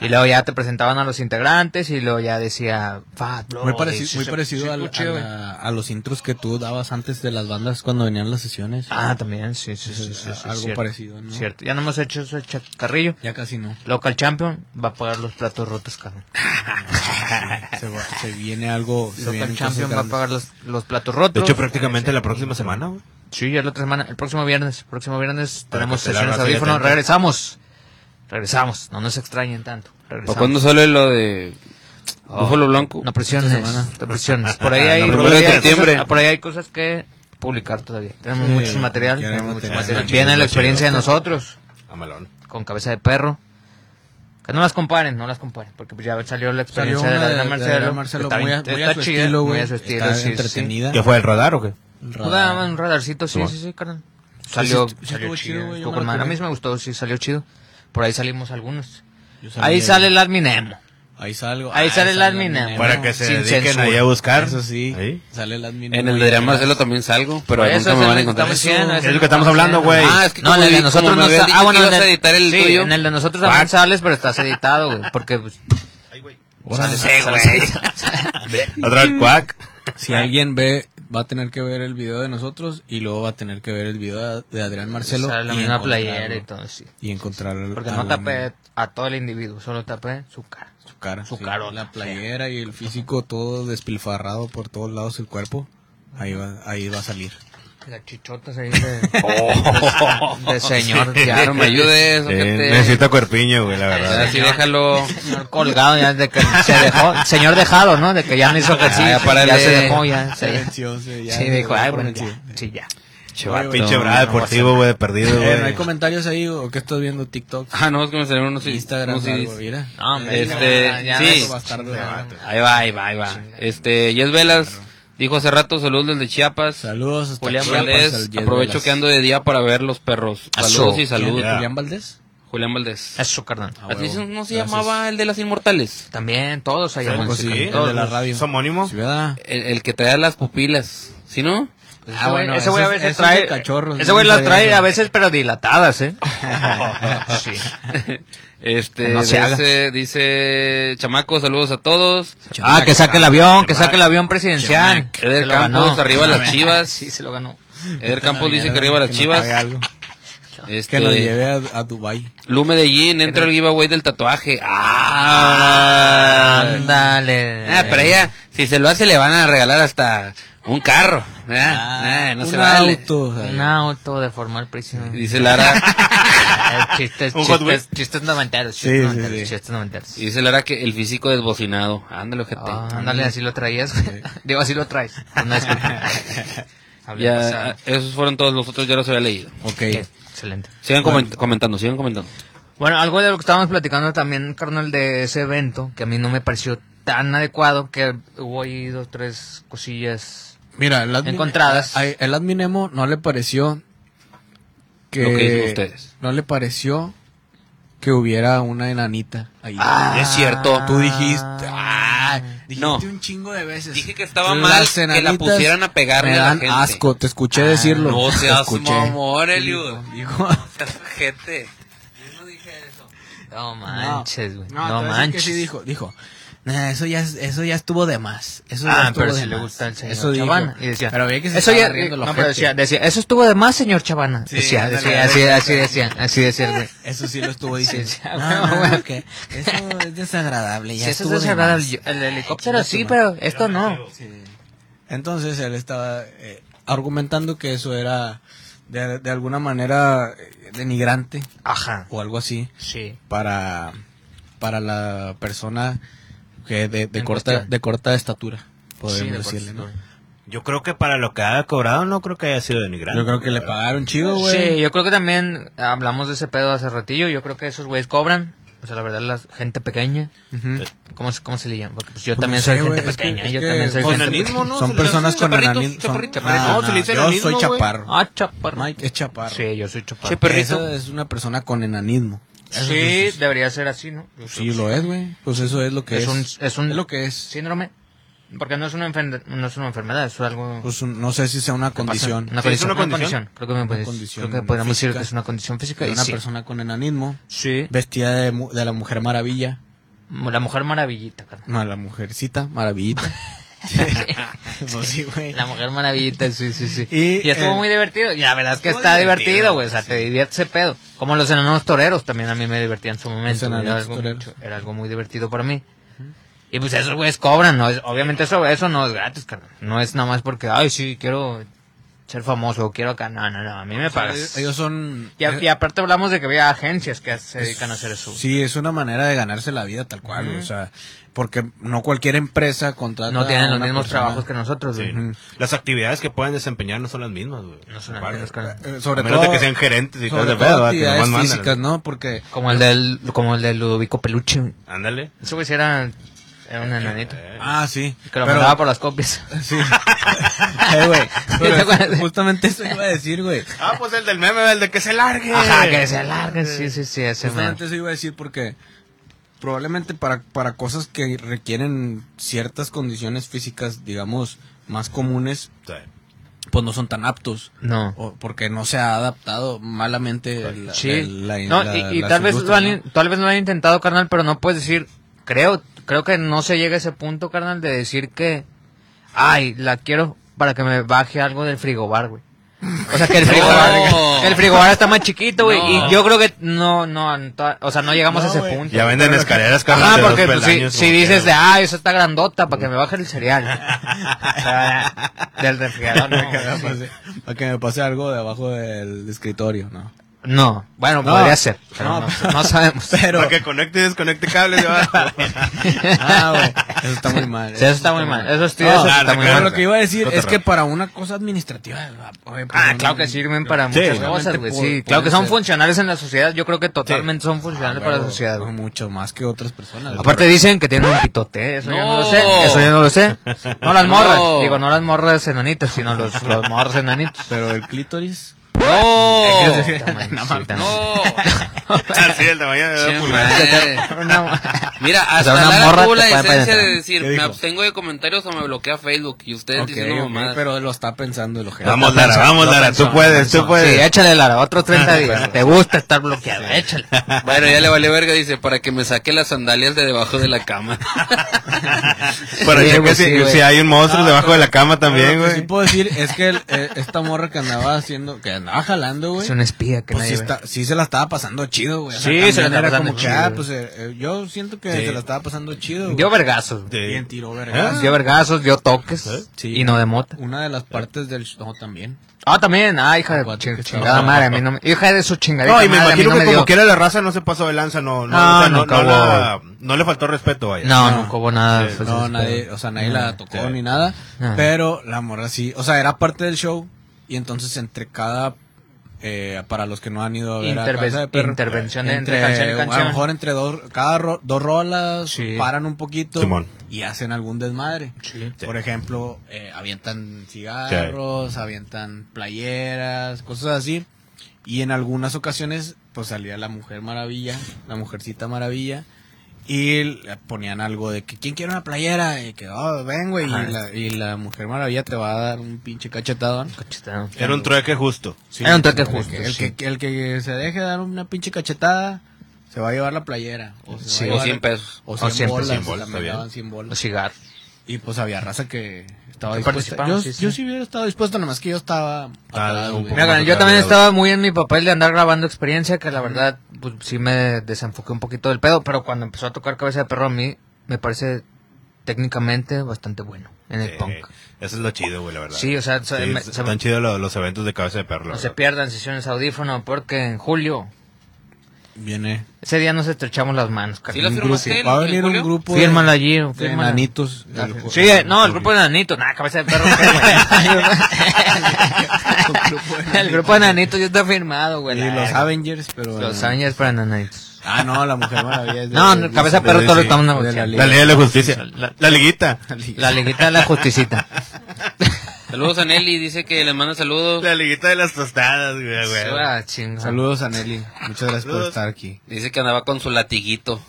Y luego ya te presentaban a los integrantes y luego ya decía Fat Blood", Muy y parecido, se- muy se parecido al- escucha, a, güey. la- a los intros que tú dabas antes de las bandas cuando venían las sesiones. Ah, también, sí, sí, sí, sí, sí, algo cierto, parecido, ¿no? Cierto, ya no hemos hecho ese chacarrillo. Ya casi no. Local Champion va a pagar los platos rotos, cabrón. Se, va- se viene algo. Se Local vienen Champion va a cosas grandes. pagar los, los platos rotos. De hecho, prácticamente la próxima semana, güey. Sí, ya la otra semana, el próximo viernes, próximo viernes Para tenemos que te la sesiones de raza ya audífonos, atenta. regresamos. Regresamos, no nos extrañen tanto. ¿Para Regresamos. cuándo sale lo de Oh, Búfalo Blanco? No presiones, Esta semana. no presiones. Por ahí hay, No, por, ahí primero de hay septiembre. cosas, por ahí hay cosas que publicar todavía. Tenemos Sí, mucho material, ya tenemos hay mucho material. material. Chido, Viene la chido. experiencia de nosotros. A Malón. con cabeza de perro. Que no las comparen, no las comparen, porque pues ya salió la Salió experiencia una de la de, de Ana de Adriana Marcelo. Marcelo Está muy, a, bien, muy a está su chida, estilo, güey. muy a su estilo, Pues Está sí, sí, sí. entretenida. ¿Qué fue el radar o qué? Una- un radarcito, sí, sí, sí, carnal. Salió, sí, sí, salió estuvo chido, chido. güey, yo estuvo me con lo madre. A mí comí. sí me gustó, sí, salió chido. Por ahí salimos algunos. Yo salí Ahí sale el admin Emo. Ahí salgo. ahí Ah, sale el admin, admin, eh, Bueno, Para No, que se sin dediquen censura. ahí a buscar. Eso sí. Ahí. Sale el admin. En el de Adrián Marcelo también salgo, pero Por ahí Pues eso nunca me es van el a que encontrar. estamos haciendo, Es lo que estamos hablando, güey. Ah, es que No, en como el de di- nosotros no como me habías está. dicho Ah, que bueno, ibas en el- a editar el sí, tuyo. En el de nosotros también sales, pero estás editado, güey. Porque. pues, sales- sales- Otra vez, cuac. Si alguien ve, va a tener que ver el video de nosotros y luego va a tener que ver el video de- de Adrián Marcelo. Pues Sale la y misma playera encontrarlo. y todo, sí. Y encontrar al- Porque al- no tapé a todo el individuo, solo tapé su cara. su cara. su sí. carota, La playera y el físico todo despilfarrado por todos lados el cuerpo. Ahí va, ahí va a salir. Las chichotas ahí de, de señor, ya Claro, me Eh, ayudes, ojete. necesito cuerpiño, güey, la O sea, verdad. sí, déjalo. señor colgado, ya de que se dejó, señor dejado, ¿no? De que ya no hizo ejercicio, Ah, ya ya, párale. se dejó, ya. Se Se, venció, se- ya sí, se dijo, dio ay, por bueno, vencido". ya, sí, ya. Che, vato. Pinche bravo deportivo, güey, de perdido, Eh, ¿No hay güey. comentarios ahí o qué estás viendo? TikTok, Ah, no, es que me salieron unos Instagram, unos algo, is- mira. No, hombre, Este, ya, ya, sí. eso Bastardo de vato. Ahí va, ahí va, ahí va. Este, Yes Velas dijo hace rato, saludos desde Chiapas. Saludos hasta Julián Chiapas, Valdés, al Jed aprovecho Velas. que ando de día para ver los perros. Eso. Saludos y ¿Quién? saludos. Ya. ¿Julián Valdés? Julián Valdés. Eso, carnal. Ah, Así huevo. no se Gracias. llamaba el de las inmortales. También, todos allá. Pues sí, música, el todos de la los- radio. ¿Es homónimo? Sí, ¿verdad? El, el que traía las pupilas. ¿Sí no? Ese Ah, güey- bueno, ese güey a esos- veces esos de trae. cachorros, ese Ah, güey no las sabía trae eso. a veces, pero dilatadas, ¿eh? sí. Este, No se de haga. ese- dice, chamaco, saludos a todos. Ah, que saque el avión, que saque el avión presidencial. Chamac. Eder Se lo Campos, ganó. arriba las chivas. Sí, se lo ganó. Eder Campos dice que arriba las Que nos chivas. pague algo. Este, Que nos lleve a, a Dubai. Lu Medellín, entra el giveaway del tatuaje. ¡Ah! Ándale. Ah, pero ella, si se lo hace, le van a regalar hasta un carro. ¿verdad? Ah, no un se vale. auto. o sea, Un auto de formal prisión. Dice Lara, Eh, Chistes, Un Hot chistes, Wheels. chistes noventeros. Sí, Chistes sí, noventeros. sí. Chistes noventeros. dice Lara que el físico desbocinado. Ándale, ojete. Ah, ándale, así lo traías. Digo, así lo traes. Pues Una disculpa. Hablé ya, pasado. ah, esos fueron todos los otros, ya los había leído. Ok. Excelente. Sigan coment- comentando, sigan comentando. Bueno, algo de lo que estábamos platicando también, carnal, de ese evento, que a mí no me pareció tan adecuado, que hubo ahí dos, tres cosillas. Mira, el admin, Encontradas. a- el admin Emo no le pareció que... Lo que dicen ustedes. No le pareció que hubiera una enanita ahí. es cierto. Tú dijiste... ah, dijiste No. un chingo de veces. Dije que estaba mal que la enanitas pusieran a pegarle me a la dan gente. asco, te escuché decirlo. No te seas escuché. mamón, Eliud. Dijo... Ojete. No manches, güey. No, No, te voy a decir que manches. sí dijo, dijo. "Nah, eso ya es- eso ya estuvo de más. Eso ya Ah, estuvo pero de si le más". gusta el señor Eso dijo. Chavana. Y decía, pero veía que se eso estaba ya, eh, riendo el no, ojete. pero decía, decía, eso estuvo de más, señor Chavana. decía, ándale, decía, así, ándale. así decía, así decía el güey. Eso sí lo estuvo diciendo. Sí, sí, No, bueno, no, bueno. que eso es desagradable. Ya Sí, eso es estuvo de desagradable. más. Yo- El helicóptero Chinga sí, tu pero esto no. Entonces él estaba eh, argumentando que eso era de, de alguna manera eh, denigrante Ajá. o algo así Sí. para, para la persona que de, de En corta, cuestión. de corta estatura. podemos de decirle, ¿no? acuerdo. Yo creo que para lo que ha cobrado no creo que haya sido denigrante. Yo creo que le pagaron chido, güey. Sí, yo creo que también hablamos de ese pedo hace ratillo. Yo creo que esos güeyes cobran. O sea, la verdad, la gente pequeña. Ujú. ¿Cómo, se- cómo se le llama? Porque pues yo Pues también no soy sé, gente güey, es que- pequeña. es yo que- también soy gente pequeña. Onanismo, ¿no? Son Se le personas hace con chaparritos, enanismo. son- chaparritos, Ah, chaparritos. No, se le dice Yo enanismo, soy güey. chaparro. Ah, chaparro. Mike es chaparro. Sí, yo soy chaparro. Che, perrito. Esa es una persona con enanismo. Sí, debería ser así, ¿no? Yo creo Sí, que lo es, güey. Pues eso es lo que es. Pues Es un- es un- lo que es. Síndrome. Porque no es una, enfer- no es una enfermedad, es algo... Pues un- no sé si sea una condición. Una Sí, es condición. una una condición. Creo que, me puedes- condición creo que podríamos decir física. que es una condición física. de y una sí. persona con enanismo. Sí. Vestida de, mu- de la mujer maravilla. La mujer maravillita, carnal. No, la mujercita maravillita. pues sí, güey. La mujer maravillita, sí, sí, sí. Y Y, estuvo el- muy divertido. Y la verdad es que Estuvo está divertido, divertido, güey. O sea, te divierte ese pedo. Como los enanos toreros también a mí me divertían en su momento. güey. Era enanos algo, toreros. mucho- era algo muy divertido para mí. Y pues esos güeyes cobran, ¿no? Es- obviamente eso, eso no es gratis, carnal. No es nada más porque, ay, sí, quiero ser famoso, quiero acá. No, no, no, a mí me pagas. Ellos son. eh, Y, a- y aparte hablamos de que había agencias que se dedican a hacer eso. güey. Sí, es una manera de ganarse la vida tal cual, güey, o sea, porque no cualquier empresa contrata No a tienen los una mismos persona- trabajos que nosotros, güey. Sí, ¿no? Las actividades que pueden desempeñar no son las mismas, güey. No son las Aparte. mismas, carnal. Eh, A sobre menos todo de que sean gerentes y cosas sobre de todo pedo, ¿verdad? que nomás actividades mandan. físicas, ¿no? Porque Como el del, como el de Ludovico Peluche, güey. Ándale. Ese güey sí era, era un enanito. Eh, ah, sí, Que lo pero- mandaba por las copias. sí. Eh, güey, pero justamente eso iba a decir, güey. Ah, pues el del meme, el de que se largue. Ajá, que se alargue. Sí, sí, sí, ese man. Justamente Pues eso iba a decir porque probablemente para, para cosas que requieren ciertas condiciones físicas, digamos, más comunes, Sí. pues no son tan aptos. No. O- porque no se ha adaptado malamente la, Pues Sí. la- la- No, la- y, y las tal, vez lo industrias, han, ¿no? tal vez lo han intentado, carnal, pero no puedes decir. Creo, creo que no se llega a ese punto, carnal, de decir que. Ay, la quiero para que me baje algo del frigobar, güey. O sea, que el frigobar, que el frigobar está más chiquito, güey. No. Y yo creo que no, no, en toda- o sea, no llegamos a ese punto. Ya venden escaleras, carnal, Ajá, de porque dos pues, si, peldaños, si como dices quieras. de, ah, eso está grandota, para que me baje el cereal. O sea, del refrigerador, no. Para que me pase- para que me pase algo de abajo del escritorio, ¿no? No, bueno, No. podría ser. pero No, pues, no, no sabemos. Pero... Para que conecte y desconecte cables. va. Ah, güey, Eso está muy mal. Sí, eso está muy mal. Eso estoy- No, eso claro, está muy pero mal. lo que iba a decir Cotorreo. es que para una cosa administrativa... oye, pues, Ah, no- claro que sirven para Sí. muchas cosas, güey. Sí, claro que son funcionales en la sociedad. Yo creo que totalmente son funcionales Ah, para la Claro, sociedad, güey. Mucho más que otras personas. güey. Aparte dicen que tienen un pitote, eso yo no lo sé, No. eso yo no lo sé. No las No. morras, digo, no las morras enanitas, sino los, los morros enanitos. Pero el clítoris... No. No, No. Así, el tamaño de Che, dos pulgadas. madre. Mira, hasta una Lara morra tuvo te la puede decencia de penetrar. decir, ¿Qué me dijo? abstengo de comentarios o me bloquea Facebook. Y ustedes Ok, diciendo ok, mamadas. pero lo está pensando el ojete. Vamos, Lara, vamos, Lara. Tú puedes, tú Sí, puedes. échale Lara, otros 30 días. Te gusta estar bloqueado, échale. Bueno, ya le valió verga, dice, para que me saque las sandalias de debajo de la cama. Pero Sí, ya güey, que sí, si güey. si hay un monstruo debajo de la cama también, Lo que sí güey. puedo decir es que el, eh, esta morra que andaba haciendo, que andaba jalando, güey. Es un espía que Pues sí, nadie ve. está- sí se la estaba pasando chido, güey. O sea, Sí, también se la estaba era pasando como que, chido, ah, güey. pues eh, eh, yo siento que Sí. se la estaba pasando chido, güey. Dio vergazos. güey. Bien Sí. tiro, verga. Dio vergazos, dio toques. ¿Eh? Sí. Y no de mota. Una de las partes del show también. Ah, también. Ah, hija de Acuático, ching- que chingada estaba. madre. A mí no me- Hija de su chingadita No, y me madre, a mí imagino no que me dio- como quiera la raza no se pasó de lanza, no, no, No, o sea, no, nunca no, hubo- la- no le faltó respeto, vaya. No, nunca hubo nada. pues, No, desespero. nadie, o sea, nadie la tocó Sí. ni nada. Ah. Pero la morra sí, o sea, era parte del show. Y entonces entre cada, eh, para los que no han ido a ver Interve- a Casa de Perro, intervención entre canción y A canción. lo mejor entre dos, cada ro- dos rolas, Sí. paran un poquito Simón. y hacen algún desmadre. Sí. Por ejemplo, eh, avientan cigarros, avientan playeras, cosas así. Y en algunas ocasiones, pues salía la Mujer Maravilla, la Mujercita Maravilla. Y le ponían algo de que, ¿quién quiere una playera? Y que, oh, ven, güey. Ajá. Y la, y la Mujer Maravilla te va a dar un pinche cachetadón. Cachetado. Era un trueque justo. Sí, Era un toque el que- justo, El, sí. que, el que se deje dar una pinche cachetada, se va a llevar la playera. O, se va a Sí, o llevar- 100 pesos. O O 100, 100 bolas. pesos, la está mandaban bien. 100 bolas. Los cigarros. Y pues había raza que estaba Que dispuesta. Yo, participaron, sí, yo sí. sí hubiera estado dispuesto, nomás que yo estaba. Ah, atorado, un güey. poco Mira, más carnal, yo atrás, también güey. estaba muy en mi papel de andar grabando experiencia, que la verdad, pues sí me desenfoqué un poquito del pedo, pero cuando empezó a tocar cabeza de perro a mí, me parece técnicamente bastante bueno en el Sí, punk. Eh, Eso es lo chido, güey, la verdad. Sí, o sea, se- me- se- están chidos los, los eventos de cabeza de perro. la No se verdad. pierdan sesiones audífono porque en julio Viene. Ese día nos estrechamos las manos, ¿Sí carnal. la firmaste en, Va a en venir un julio? grupo. Fírmala de- allí. de fírmala. enanitos. Sí, eh, no, el grupo de nanitos. Nada, cabeza de perro. güey. el grupo de nanitos ya está firmado, güey. Y la los verga. Avengers, pero. Los eh, Avengers para nanitos. Ah, no, la Mujer Maravilla es de- No, no, de- cabeza de perro, de- todo lo sí, estamos de la negociando. La ley de la justicia. La, la liguita. La liguita de la justicita. Saludos a Nelly, dice que les manda saludos. La liguita de las tostadas, güey, güey. Ah, chinga. Saludos a Nelly. Muchas gracias por Saludos. estar aquí. Dice que andaba con su latiguito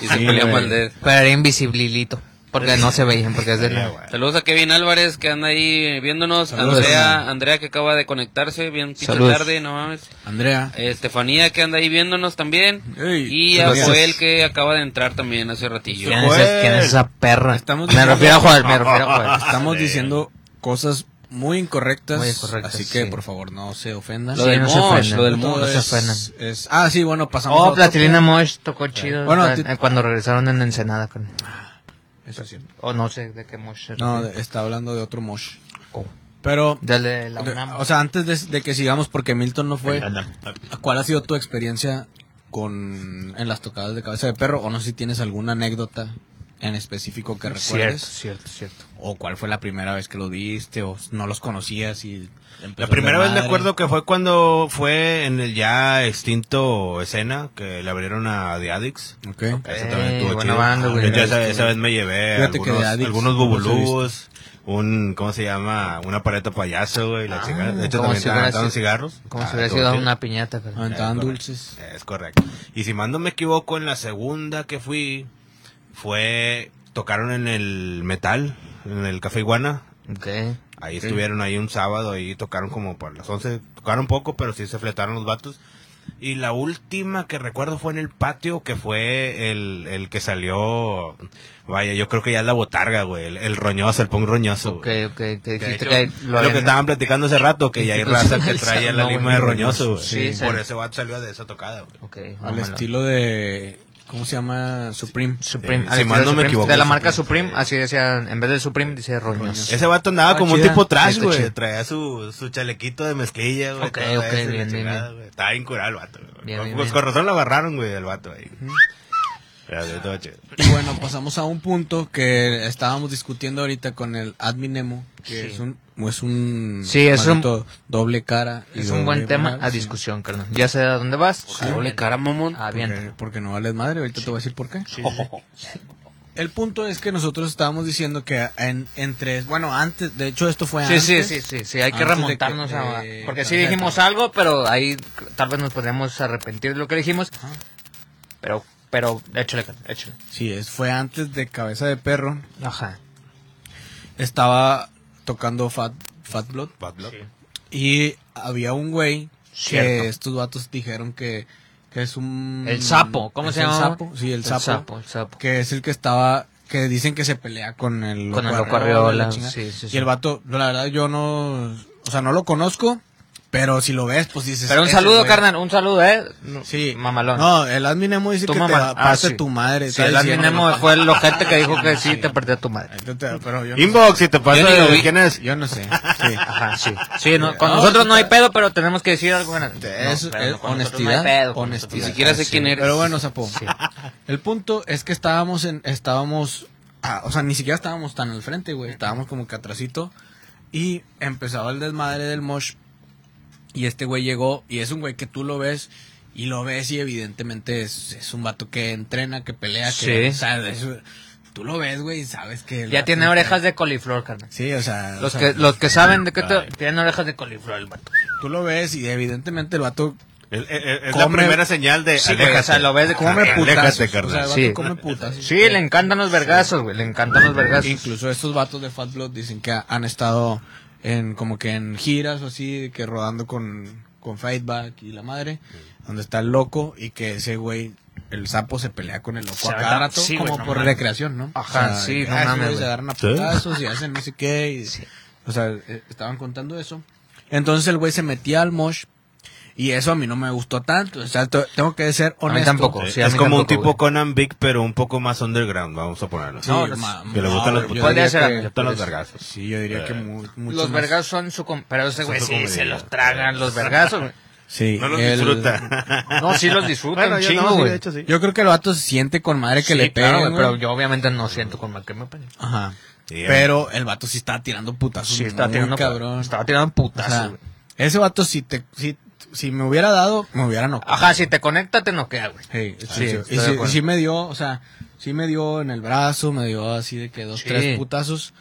y se Sí, peleó güey. con el dedo. Pero era invisibilito. Porque no se veían, porque es de la... Saludos a Kevin Álvarez que anda ahí viéndonos. Saludos, Andrea, Kevin. Andrea que acaba de conectarse, bien pinche Saludos. tarde, no mames. Andrea. Estefanía que anda ahí viéndonos también. Ey, y a gracias. Joel que acaba de entrar también hace ratillo. ¿Quién es, esa- quién es esa perra? Estamos me diciendo- refiero a Joel, me refiero a Joel. Estamos Joder. diciendo cosas muy incorrectas. Muy incorrectas, Así que, sí. por favor, no se ofendan. Lo del no se Mosh, ofendan, lo del no Mosh. se es- ofendan. es- ah, sí, bueno, pasamos. a Oh, otro Platilina tema. Mosh tocó chido Bueno, cuan- ti- eh, cuando regresaron en Ensenada. Con... Eso sí. O no sé de qué Mosh. se No, refiere. de- está hablando de otro Mosh. Oh. Pero, Dale la de- UNAM. o sea, antes de, de que sigamos, porque Milton no fue, Anda. ¿cuál ha sido tu experiencia con en las tocadas de cabeza de perro? O no sé si tienes alguna anécdota en específico que cierto, recuerdes. cierto, cierto. O cuál fue la primera vez que lo viste, o no los conocías y... La Pues empezó primera el vez me desmadre. acuerdo que fue cuando fue en el ya extinto escena que le abrieron a The Addicts. Ok. Eso Eh, también estuvo buena chido. banda, güey. Yo esa, esa vez me llevé Fíjate que algunos, de Addicts algunos no los he bubulús, un, ¿cómo se llama? Una paleta payaso, güey, la Ah, cigarra. De hecho, como también si hubiera estaban sido- cigarros. Como Ah, si hubiera estuvo sido chido. una piñata. pero- Aventaban Es correcto. dulces. Es correcto. Y si más no me equivoco, en la segunda que fui, fue, tocaron en el metal, en el Café Iguana, Ok. Ahí estuvieron ahí un sábado y tocaron como por las 11. Tocaron poco, pero sí se fletaron los vatos. Y la última que recuerdo fue en el patio, que fue el, el que salió. Vaya, yo creo que ya es la botarga, güey. El, el roñoso, el punk roñoso. Ok, güey. ok. Que Que de dijiste hecho, que lo, que estaban platicando hace rato, que ya hay raza que traía la No, lima güey, de roñoso, güey. Sí, sí. Por ese vato salió de esa tocada, güey. Ok, Al vámonos. estilo de. ¿Cómo se llama? Supreme. Supreme. Sí, al Eh, si estilo mal no me Supreme, equivoco, De la Supreme. marca Supreme, así decía, en vez de Supreme, dice Roños. Ese vato andaba Ah, como un chida. tipo trash, Está güey. chida. Traía su, su chalequito de mezclilla, güey. Ok, todo ok, eso y la bien, bien, chingada, bien. güey. Estaba bien curado el vato, güey. Bien, Con- bien, pues bien. con razón lo agarraron, güey, el vato ahí. Pero de todo chido. Y bueno, pasamos a un punto que estábamos discutiendo ahorita con el admin Nemo, que Sí. es un. Es un Sí, es un- maldito doble cara. y Es un buen doble tema moral, a sí. discusión, carnal. Ya sé a dónde vas. Doble cara, mamón. Ah, bien. Porque, porque no vales madre, ahorita te voy a decir por qué. El punto es que nosotros estábamos diciendo que en, entre. Bueno, antes. De hecho, esto fue Sí, antes. sí, sí, sí, sí, hay que Antes de que- remontarnos a... de- Porque sí dijimos algo, pero ahí tal vez nos podríamos arrepentir de lo que dijimos. Pero, pero, échale, carnal, échale. Sí, es, fue antes de Cabeza de Perro. Ajá. Estaba tocando Fat, Fat Blood. Bad luck. Y había un güey Cierto. que estos vatos dijeron que, que es un... El sapo, ¿cómo es se llama? El sapo, sí, el, sapo, El sapo, el sapo. Que es el que estaba... Que dicen que se pelea con el... Con el Loco Arreola, Loco Arreola, la chingada. sí, sí, sí. Y el vato, la verdad, yo no... O sea, no lo conozco, pero si lo ves, pues dices... Pero un "Ese saludo, güey". carnal, un saludo, ¿eh? No, Sí. Mamalón. No, el admin Nemo dice Tu que mamá- te ah, pase sí. tu madre. Sí, está el diciendo. adminemo fue el ojete que dijo que sí, te perdió tu madre. Entonces, Pero yo no, Inbox, si te pasa Yo ni lo de vi. quién es. yo no sé. Sí. Ajá, sí. Sí, no, con nosotros no hay pedo, pero tenemos que decir algo. bueno, no, Es, pero es con nosotros no hay honestidad. pedo, con honestidad. Ni siquiera sé Sí. quién eres. Pero bueno, sapo. Sí. El punto es que estábamos en, estábamos, ah, o sea, ni siquiera estábamos tan al frente, güey. Estábamos como que atrasito. Y empezaba el desmadre del mosh. Y este güey llegó, y es un güey que tú lo ves, y lo ves, y evidentemente es, es un vato que entrena, que pelea, que, Sí. o sea, es- tú lo ves, güey, y sabes que... el Ya vato- tiene orejas de coliflor, carnal. Sí, o sea... o Los sea, que, los que saben de qué te... Tienen orejas de coliflor, el vato. Tú lo ves, y evidentemente el vato Es, es- es la Come- primera señal de. Sí, güey, aléjate. o sea, lo ves de come Aléjate, putas. carnal. O sea, el vato Sí. come putas. Sí, le encantan los vergazos, güey. Le encantan los vergazos. Incluso estos vatos de Fat Blood dicen que ha- han estado en como que en giras o así, que rodando con, con Fatback y la madre, donde está el loco y que ese güey, el sapo se pelea con el loco Se a cada agarra- rato, sí, güey, como no por mames. recreación, ¿no? Ajá, sí, ah, esos no mames, güeyes güey. se agarran a Sí. putazos y hacen no sé qué. y- O sea, eh, estaban contando eso. Entonces el güey se metía al mosh y eso a mí no me gustó tanto. O sea, to- tengo que ser mí honesto. tampoco. Sí, Sí, a es mí como un tampoco, tipo güey. Conan Big, pero un poco más underground, vamos a ponerlo. Sí, No, los- ma- que le gustan los yo putazos. diría Podría ser que- amigo. Están los vergazos. Sí, yo diría que mu- mucho Eh. Los más. vergazos son su... com- Pero ese güey su sí se comodidad. los tragan los vergazos, güey. Sí. No los el- disfruta. No, sí los disfrutan Bueno, yo chingo, no, sí, güey. de hecho sí. Yo creo que el vato se siente con madre que Sí, le peguen, claro, güey, güey. pero yo obviamente no siento con mal que me peguen. Ajá. Sí, Pero el vato sí estaba tirando putazos. Sí, estaba muy tirando, cabrón. estaba tirando O putazos, sea, güey. ese vato si te si, si me hubiera dado, me hubiera nocado. Ajá, si te conecta, te noquea, güey. Sí, sí, Sí, sí. estoy Y de sí, acuerdo. sí me dio, o sea, sí me dio en el brazo, me dio así de que dos, Sí. tres putazos.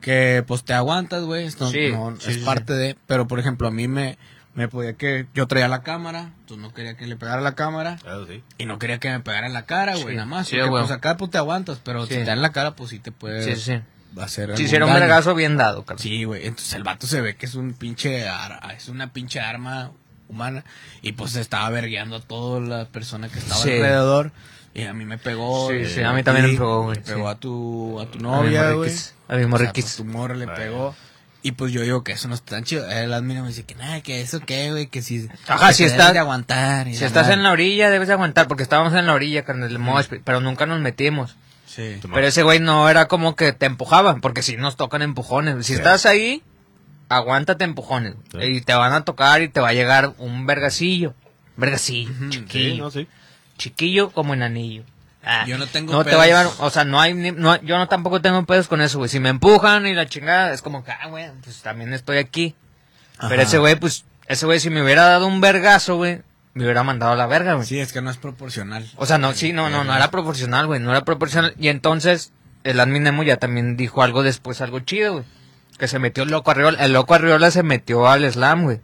Que pues te aguantas, güey. esto No, Sí, sí, es sí, parte de. Pero por ejemplo, a mí me, me podía que. Yo traía la cámara, tú no quería que le pegara la cámara. claro, sí. Y no quería que me pegara en la cara, güey, Sí, nada más. sí, porque, güey. pues acá pues te aguantas, pero Sí. si te dan la cara, pues sí te puede Sí, sí, sí. hacer. Si algún hiciera un daño. vergazo bien dado, carnal. Sí, güey. Entonces el vato se ve que es un pinche ar- es una pinche arma humana y pues estaba vergueando a toda la persona que estaba Sí. alrededor y a mí me pegó. Sí, eh, sí, a mí también y me pegó, güey, le Pegó sí. a tu a tu A mi novia, güey. morriquis, A mi O sea, morriquis. pues, tu morra le Ay. pegó. Y pues yo digo que eso no está tan chido. El admin me dice que nada, que eso qué, güey, que si Ajá, que si te estás- debes de aguantar. y Si la estás madre. en la orilla, debes aguantar, porque estábamos en la orilla, carnal, el mosh pit, pero nunca nos metimos. Sí. Pero ese güey no era como que te empujaban, porque si nos tocan empujones. Si estás ahí, aguántate empujones. Y te van a tocar y te va a llegar un vergacillo. Vergacillo, chiquillo. Sí, no, sí. Chiquillo como enanillo. Ah, Yo no tengo No te va a llevar, pedos. o sea, no hay, ni- no, yo no tampoco tengo pedos con eso, güey. Si me empujan y la chingada, es como que, ah, güey, pues también estoy aquí. Pero Ajá. ese güey, pues, ese güey, si me hubiera dado un vergazo, güey, me hubiera mandado a la verga, güey. Sí, es que no es proporcional. O sea, no, sí, no, no, no era proporcional, güey, no era proporcional. Y entonces, el admin Nemo ya también dijo algo después, algo chido, güey. Que se metió el loco Arriola. El loco Arriola se metió al slam, güey.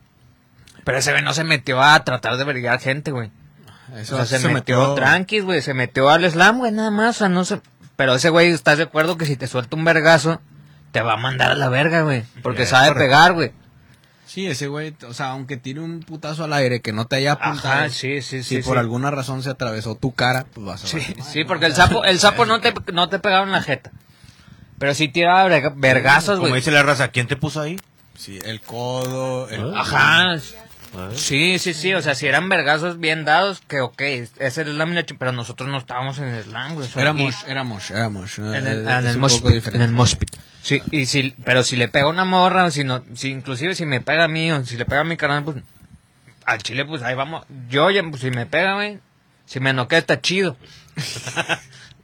Pero ese güey no se metió a tratar de vergar gente, güey. Eso O sea, se, metió, tranquis, güey. Se metió al slam, güey, nada más. O sea, no se... Pero ese güey, ¿estás de acuerdo que si te suelta un vergazo, te va a mandar a la verga, güey? Porque sabe pegar, güey. Sí, ese güey, o sea, aunque tire un putazo al aire que no te haya apuntado. Ajá, sí, sí, si sí. por sí. alguna razón se atravesó tu cara, pues vas a Sí, valer madre, sí, ¿no? porque el sapo, el sapo no te, no te pegaba en la jeta. Pero sí tiraba verga- vergazos, Como güey. dice la raza, ¿quién te puso ahí? Sí, el codo, el- Ah. Ajá. Sí, sí, sí. O sea, si eran vergazos bien dados, que ok, ese es el slam, y la chi- pero nosotros no estábamos en el slam, güey. O sea, y- Éramos, éramos, éramos. ¿no? En el, Es en el un mosh poco pit, en diferente. el mosh pit. Sí, y si, pero si le pega una morra, o si no, si inclusive si me pega a mí, o si le pega a mi canal, pues al chile, pues ahí vamos. Yo, ya, pues, si me pega, güey, si me noquea, está chido.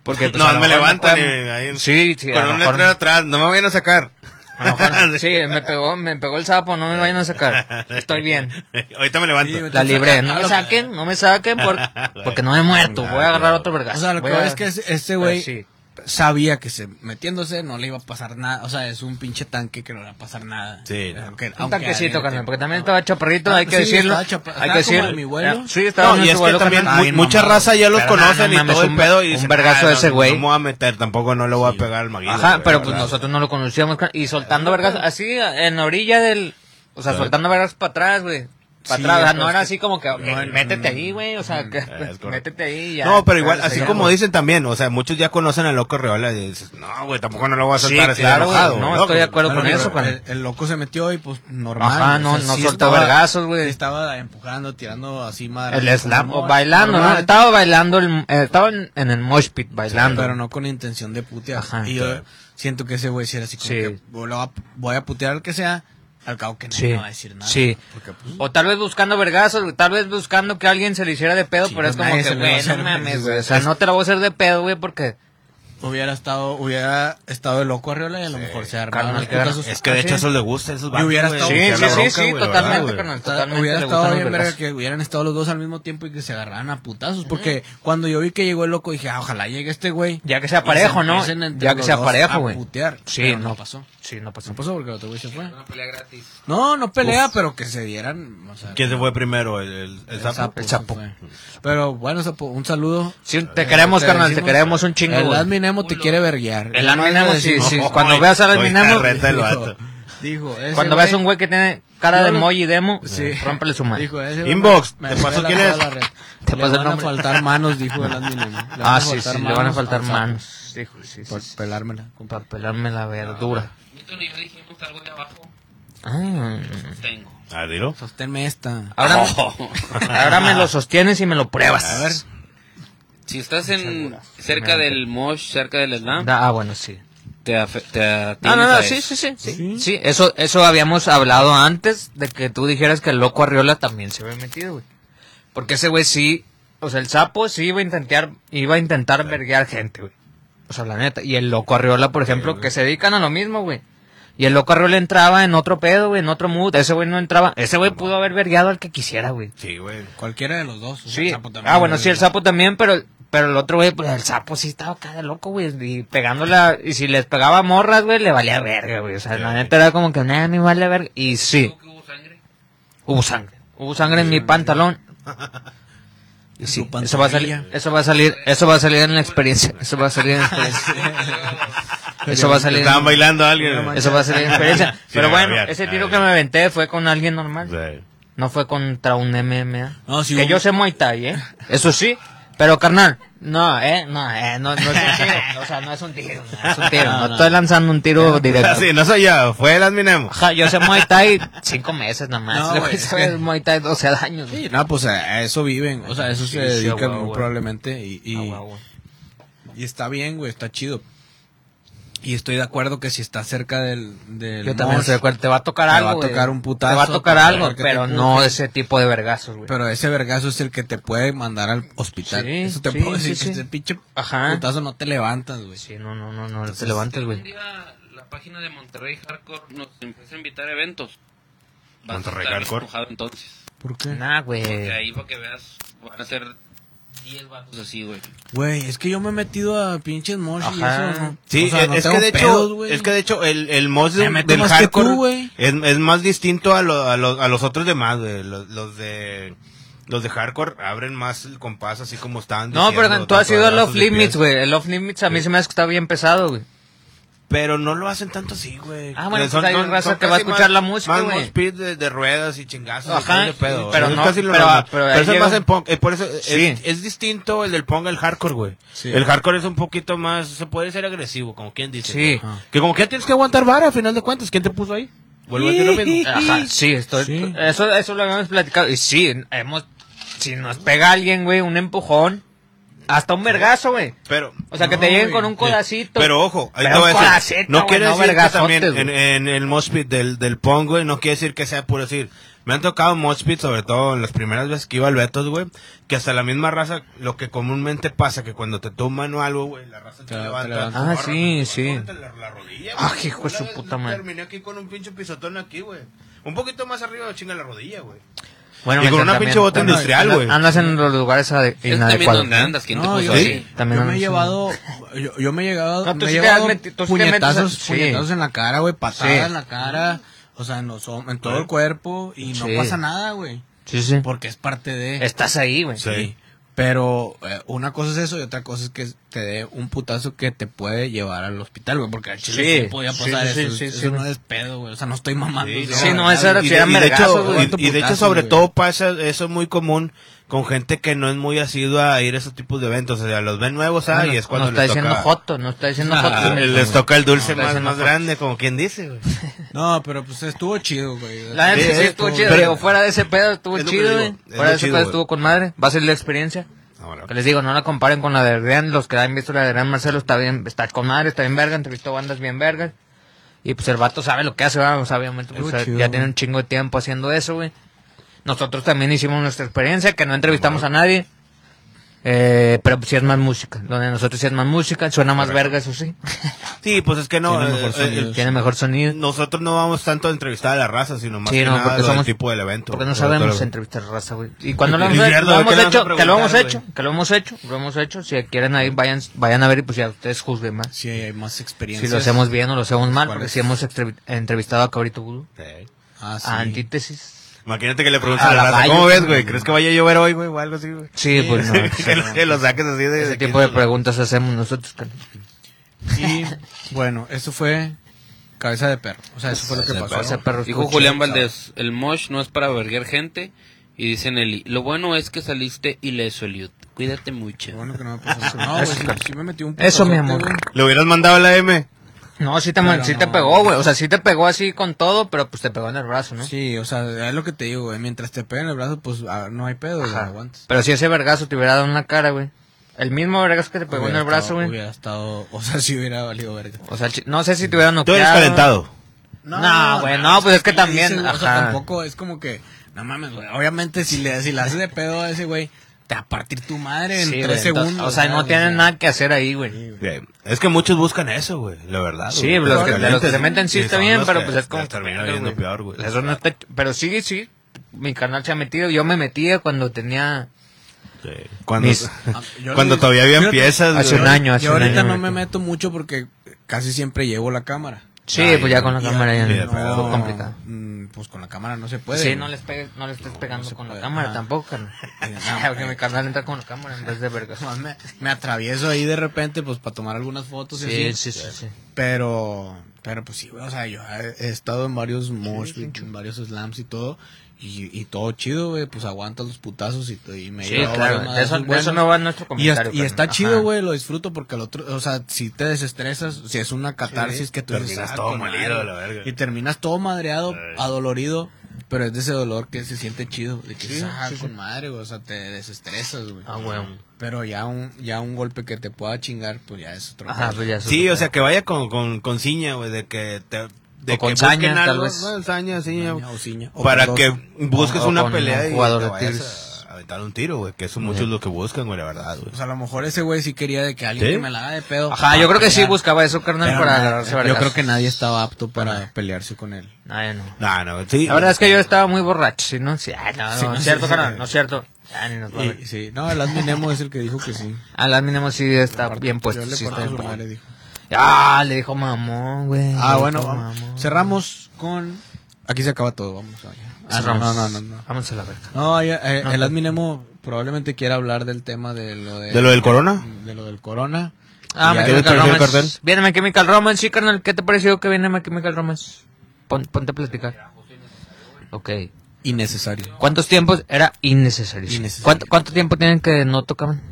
Porque pues, a no, lo me mejor levantan. pueden- eh, ahí en- Sí, sí, a Con lo un mejor- letrero atrás, no me vayan a sacar. a lo mejor- sí, me pegó, me pegó el sapo, no me vayan a sacar. Estoy bien. Ahorita me levanto. Sí, güey. La libré, no me saquen, no me saquen por- porque no he muerto, voy a agarrar otro vergazo. O sea, lo que voy a- voy es que ese- ese güey Pero sí. sabía que se, metiéndose no le iba a pasar nada. O sea, es un pinche tanque que no le va a pasar nada. Sí, no. aunque, Un aunque tanquecito, alguien carnal, te- porque también estaba chaparrito, Ah, hay que sí, decirlo. estaba chapa- hay estaba que como decirlo. de mi vuelo. Ya, Sí, estaba No, en y su es que vuelo, también carnal. Ay, mu- no mucha mames. raza ya los Pero no, conocen no y mames, todo el un- pedo. un Y dicen, vergazo "Ah, de ese no, güey". No me voy a meter, tampoco no le voy a pegar al maguito. Ajá, güey, pero la pues verdad. nosotros no lo conocíamos. carnal, Y soltando vergas así en la orilla del. O sea, soltando vergas para atrás, güey. Para Sí, atrás, o sea, pero no es era que- así como que, ok, métete ahí, güey, o sea, que- correcto. métete ahí y ya. No, pero igual, Claro, así sí, como güey. dicen también, o sea, muchos ya conocen al loco Reola y dices, no, güey, tampoco no lo voy a Sí, soltar así de claro, enojado, güey, no, güey, loco". estoy de acuerdo Bueno, con pero eso, carnal. el, el loco se metió y pues normal. Ajá, no- no soltó vergazos, güey. sí Estaba empujando, tirando así madre. El slam, o Normal, bailando, ¿no? normal. Estaba bailando, el- eh, estaba en, en el mosh pit bailando. Pero no con intención de putear. Ajá. y yo siento que ese güey si era así como Sí. que voy a, voy a putear al que sea, al cabo que nadie Sí, me va a decir nada. sí. Porque pues, O tal vez buscando vergazos, güey, tal vez buscando que alguien se le hiciera de pedo, Sí, pero es pues como nadie que, se le va a güey, no hacer, mames, pues, güey. O güey. sea, no te la voy a hacer de pedo, güey, porque. hubiera estado, hubiera estado el loco Arriola y a lo mejor se armaron Carnal, los claro. putazos. Es que de Ah, sí. hecho eso le gusta, esos hubiera estado- Sí, sí, sí, sí, totalmente, carnal. carnal, O sea, totalmente. hubiera le estado gustan bien los verga vergazos. que hubieran estado los dos al mismo tiempo y que se agarraran a putazos. Porque cuando yo vi que llegó el loco dije, ah, ojalá llegue este güey. Ya que sea parejo, Y se ¿no? empiecen entre Ya que los sea dos parejo, a güey. putear. Sí, Pero no. no pasó. Sí, no pasó. Pues No pasó porque el otro güey se fue. No, no pelea, pero que se dieran. O sea, ¿Quién se fue primero? ¿El, el, el El sapo? sapo, El sapo. se fue. Pero bueno, sapo, un saludo. Sí, te queremos, Te carnal, te decimos, queremos un chingo, El güey. admin Nemo te quiere verguear. El Yo admin nomás Nemo, le decimos, sí, No, cuando güey, veas al estoy adminamo- carreta el dijo, vato. dijo, ese Cuando güey- ves un güey que tiene cara de Yo lo- emoji demo, Sí. rómpele su madre. Dijo, ese güey Inbox, me- ¿te me paso pela quién toda es? la red. Te Le paso el van a nombre. faltar manos, dijo el admin Nemo. Le van a Ah, sí, sí, faltar le van a manos faltar al sapo manos. Dijo, sí, sí, Por sí. pelármela. Para pelarme la verdura. Ah. Tengo. Ah, dilo. Sosténme Pues, esta. Ahora, Oh. ahora me lo sostienes y me lo pruebas. A ver. Si estás en cerca del Mosh, cerca del Slam, Da- ah, bueno, sí. te, afe- te atienes Ah, no, a no, eso. sí, sí, sí, sí. Sí, eso, eso habíamos hablado antes de que tú dijeras que el loco Arriola también se había metido, güey. Porque ese güey sí, o sea, el sapo sí iba a intentar, iba a intentar verguear gente, güey. O sea, la neta. Y el loco Arriola, por ejemplo, que se dedican a lo mismo, güey. Y el loco Arriola entraba en otro pedo, güey, en otro mood. Ese güey no entraba. Ese güey pudo haber vergueado al que quisiera, güey. Sí, güey. Cualquiera de los dos. Pues o sea, Sí. el sapo también. Ah, bueno, sí, el sapo también, pero, pero el otro, güey, pues el sapo sí estaba cada loco, güey. Y pegándola, y si les pegaba morras, güey, le valía verga, güey. O sea, la neta era como que, nada, me vale verga. Y sí. Hubo sangre. Hubo sangre en mi pantalón. Y sí, Tu eso va a salir, pantorrilla. eso va a salir, eso va a salir en la experiencia. Eso va a salir en la experiencia. Eso va a salir. Estaban en- bailando a alguien. güey. Eso va a salir en la experiencia. Sí, Pero a bueno, ver, ese a tiro ver. que me aventé fue con alguien normal. Sí. No fue contra un MMA. No, sí que hubo- yo sé Muay Thai, ¿eh? Eso sí. Pero, carnal, no, ¿eh? No, eh, no, no es un tiro. O sea, no es un tiro. No es un tiro. No pues, estoy lanzando un tiro directo. Sí, no soy yo, fue las minemos. Ajá, yo sé Muay Thai cinco meses nomás. No, güey, Le voy a es saber que- Muay Thai 12 años. Sí, no, pues a a eso viven, o sea, a eso Sí, se sí, a dedican huevo, muy güey. probablemente y, y- Ah, guau. y está bien, güey, está chido. Y estoy de acuerdo que si está cerca del... del Yo también mosh, estoy de acuerdo. Te va a tocar Te va algo. a güey. tocar un putazo, Te va a tocar te va a algo, tocar que te pero empuje. no ese tipo de vergazos, güey. Pero ese vergazo es el que te puede mandar al hospital. Sí, Eso te sí, puedo decir, sí, que sí. ese pinche Ajá. putazo no te levantas, güey. Sí, no, no, no, no. Te levantes, Un güey. día la página de Monterrey Hardcore nos empieza a invitar a eventos. Vas a Monterrey estar Hardcore. enojado entonces. ¿Por qué? Nah, güey. Porque ahí para que veas, van a ser 10 vatos así, güey. Güey, es que yo me he metido a pinches mosh y Ajá. eso no. Sí, o sea, es, no es tengo que de hecho, pedos, güey. es que de hecho el, el mod Me del, meto del más que hardcore tú, güey. es, es más distinto a, lo- a, lo- a los otros demás, güey. Los, los de los de hardcore abren más el compás así como están. No, diciendo, pero tú tanto has ido al abrazos Off de pies. Limits, güey. El Off Limits a mí se me hace que está bien pesado, güey. Pero no lo hacen tanto así, güey. Ah, bueno, Eh, pues hay raza que va a casi escuchar más- la música, Más güey. mosh pit de, de ruedas y chingazos. y Ajá, todo ese pedo, pero güey. no, Es casi lo pero- normal. pero ahí eso es llega más un- en punk. eh, por eso es, Sí. es distinto el del punk al hardcore, güey. Sí. El hardcore es un poquito más, se puede ser agresivo, como quien dice. Sí. güey. Que como que ya tienes que aguantar vara, a final de cuentas. ¿Quién te puso ahí? Vuelvo a decir lo mismo. Ajá, sí, estoy, Sí. Eso, eso lo habíamos platicado. Y sí, hemos, si nos pega alguien, güey, un empujón, hasta un vergazo, güey. Pero, O sea, que te lleguen con un Sí. codacito. Pero ojo, ahí Pero te voy a un decir, codacito, no güey, quiere no decir que vergazotes, también en, eh, güey. en el moshpit del, del pong, güey, no quiere decir que sea puro decir. Me han tocado moshpit, sobre todo en las primeras veces que iba al Betos, güey, que hasta la misma raza, lo que comúnmente pasa, que cuando te toman o algo, güey, la raza te, Te- te levanta. levanta. Ah, Ahora, sí, güey, sí. ponte La, la rodilla, Ah, güey. hijo de su Una vez puta madre. Terminé aquí con un pinche pisotón aquí, güey. Un poquito más arriba, chinga la rodilla, güey. Bueno, Y con mientras una también- pinche bota bueno, industrial, güey. Andas en los lugares ade- Es también inadecuados. donde andas, ¿quién te No, puso yo, sí. así? También yo me he andas- llevado, yo, yo me he llegado, No, tú me he sí te llevado has meti- tú sí te puñetazos, metes a- sí. puñetazos en la cara, güey, patadas Sí. en la cara, o sea, en, los hom- en todo el cuerpo y no Sí. pasa nada, güey, Sí, sí. porque es parte de... Estás ahí, güey. Sí. Pero eh, una cosa es eso y otra cosa es que te dé un putazo que te puede llevar al hospital, güey, porque al chile Sí, sí, podía sí, pasar sí, eso. sí, eso sí. no es pedo, güey. O sea, no estoy mamando. Sí, Sí, Ah, no, nada, eso era- güey. si eran vergazos, hecho, güey. y- y de hecho, Putazos, sobre güey. todo pasa, eso es muy común con gente que no es muy asidua a ir a esos tipos de eventos. O sea, los ven nuevos, ah, No, y es cuando no está les diciendo toca... joto, no está diciendo joto. Ah, güey. les toca el dulce No, más, ese no más fue. grande, como quien dice, güey. No, pero pues estuvo chido, güey. La neta Sí, sí es estuvo como- chido, pero- digo, fuera de ese pedo estuvo Es lo que chido, digo, güey. es Fuera lo de ese chido, pedo güey. estuvo con madre. Va a ser la experiencia. Ahora, Que les digo, no la comparen con la de Adrián. Los que han visto la de Adrián Marcelo está bien, está con madre, está bien verga. Entrevistó bandas bien vergas. Y pues el vato sabe lo que hace, ¿verdad? O sea, obviamente. pues, Algo o sea, chido, ya güey. tiene un chingo de tiempo haciendo eso, güey. Nosotros también hicimos nuestra experiencia, que no entrevistamos a nadie. Eh, pero pues, sí es más música. Donde nosotros sí es más música, suena más verga, eso sí. Sí, pues es que no... Tiene eh, mejor eh, sonido. Tiene mejor sonido. nosotros no vamos tanto a entrevistar a la raza, sino más Sí, que no, nada porque lo del somos- tipo del evento. Porque no sobre todo sabemos lo- entrevistar raza, güey. Y cuando lo Es hemos, hecho- lo cierto, ¿de hemos qué le hecho, vas a que lo hemos preguntar, hecho, que lo hemos hecho, lo hemos hecho. Si quieren ahí, vayan, vayan a ver y pues ya ustedes juzguen más. Sí, hay más experiencias. Si lo hacemos bien o lo hacemos mal, ¿Cuál porque es? si hemos extrevi- entrevistado a Cabrito Vudú, Sí. Ah, sí. a Antítesis. Imagínate que le preguntas A a la la raza, Bayo, ¿cómo ves, sí, güey? no. ¿Crees que vaya a llover hoy, güey? O algo así, güey. Sí, pues no. que, lo, que lo saques así de... Ese de- tipo de preguntas hacemos nosotros. carnal. Y bueno, eso fue cabeza de perro. O sea, eso fue lo que Cabeza de pasó. Ese perro Dijo estuvo Julián chido. Valdés, el mosh no es para verguer gente. Y dice Nelly, lo bueno es que saliste ileso, Eliud. Cuídate mucho. Qué Bueno, que no me pasó eso. No, güey, sí, sí me metí un Eso, mi putazote, amor. güey. Le hubieras mandado la M. No, sí te, Pero sí te no. pegó, güey. O sea, sí te pegó así con todo, pero pues te pegó en el brazo, ¿no? Sí, o sea, es lo que te digo, güey. Mientras te peguen el brazo, pues ah, no hay pedo, güey, Ajá. aguantas. Pero si ese vergazo te hubiera dado en la cara, güey. El mismo vergas que te pegó en Hubiera el brazo, estado- güey. Hubiera estado. O sea, si hubiera valido verga. O sea, el chi- no sé si te hubieran Tú noqueado. eres calentado. No, güey, no, pues es que le dices, también, o sea, ajá. tampoco es como que. No mames, güey. Obviamente, si le, si le haces de pedo a ese güey, te va a partir tu madre en Sí, tres güey, entonces, segundos. o sea, no ¿sabes? tienen nada que hacer ahí, güey. Sí. Es que muchos buscan eso, güey, la verdad. Sí, güey. pero los que, de los que se violentos, meten sí y está son bien, los pero que pues es como. les Termina Pero, viendo güey, peor, güey. eso no está ch- pero sí, sí. Mi canal se ha metido. Yo me metía cuando tenía. Sí. Cuando, Mis- Ah, yo cuando le- todavía habían yo- piezas. Hace güey. un año, hace Yo un ahorita año. no me meto mucho porque casi siempre llevo la cámara. Sí, Ay, pues ya con la Y cámara ya ahí ni de no, pedo. fue complicado. mm, Pues con la cámara no se puede. Sí, güey. no les pegues, no le estés pegando se con la puede, cámara ajá. tampoco, carnal. no, Porque mi canal entra con la cámara en vez de vergas. Nomás Me, me atravieso ahí de repente, pues para tomar algunas fotos y Sí, así. sí, sí, sí. Pero, pero pues sí, güey, o sea, yo he he estado en varios mosh, pits, en varios slams y todo, y, y todo chido, güey, pues aguanta los putazos y, y me he Sí, llevado claro, varios de eso, madrazos de eso buenos. no va nuestro Y, es- comentario. y está carnal. chido, Ajá. güey, lo disfruto porque al otro, o sea, si te desestresas, si es una catarsis que tú terminas "Ah, todo con molido madre", a la verga. Y terminas todo madreado, Ay. adolorido, pero es de ese dolor que se siente chido, de que "Ah, con madre, güey", o sea, te desestresas, güey. Ah, güey. Pero ya un, ya un golpe que te pueda chingar, pues ya es otro Ajá, pedo. pues ya. eso Sí, es o otro sea, que vaya con, con, con ciña, güey, de que te. De O con que saña, busquen tal algo, vez. ¿no? Saña, ciña, Maña o ciña, o para con que dos. busques o una con pelea un y jugador te de vayas tiros. a aventar un tiro, güey, que son muchos los que buscan, güey, la verdad, güey. Pues a lo mejor ese güey sí quería de que alguien ¿Sí? que me la haga de pedo. Ah, Ajá, yo creo que sí Pelear. buscaba eso, carnal, Pero para na- agarrarse Yo vergas. creo que nadie estaba apto para pelearse con él. Ay, no. No, no, sí. La verdad es que yo estaba muy borracho, si no, sí, ay, no, Sí, no, no, es cierto, sí, carnal, sí. no es cierto. Ya ni nos va a ver. Y- sí, no, el admin Nemo es el que dijo que sí. A la mínimo sí está bien puesto, Yo le sí parto está su bien puesto. madre, dijo. Ah, le dijo mamón, güey. Ah, le bueno, dijo vamos. mamón. cerramos con... Aquí se acaba todo, vamos allá. Ah, Cerramos. No, no, no. no. Vamos a la verga. No, ya, eh, No, el no. admin Nemo probablemente quiera hablar del tema de lo, de, ¿De lo del corona? de lo del corona. Ah, Y My ya- ¿quieres Chemical parecer el Romance. cartel? Viene My Chemical Romance, sí, carnal. ¿Qué te pareció que viene My Chemical Romance? Pon- ponte a platicar. Ok. Innecesario. ¿Cuántos tiempos? Era innecesario. sí. Innecesario. ¿Cuánto, cuánto tiempo tienen que no tocaban?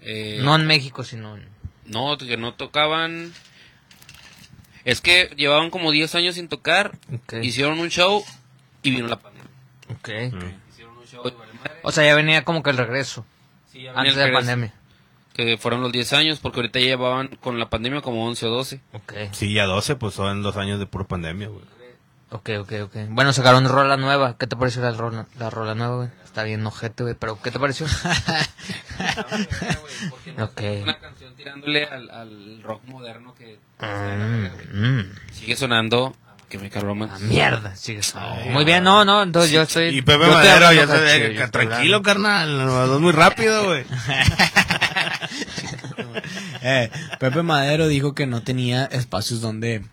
Eh, No en México, sino en... No, que no tocaban. Es que llevaban como 10 años sin tocar. Ok. Hicieron un show y vino la pandemia. Ok. O sea, ya venía como que el regreso. antes de la pandemia. Que fueron los 10 años, porque ahorita llevaban con la pandemia como 11 o 12. Ok. Sí, ya 12, pues son dos años de pura pandemia, güey. Ok, ok, ok. Bueno, sacaron rola nueva. ¿Qué te pareció la rola, la rola nueva, güey? Está bien ojete, güey, pero ¿qué te pareció? Ok. Una canción tirándole al, al rock moderno que Mm, mm. sigue sonando. Que me cargó Ah, mierda, sigue sonando. Muy bien, no, no, entonces yo estoy... Y yo Pepe estoy Madero, hablando ya se cachido, ve, yo estoy tranquilo, hablando. carnal, nos vas muy rápido, güey. Eh, Pepe Madero dijo que no tenía espacios donde,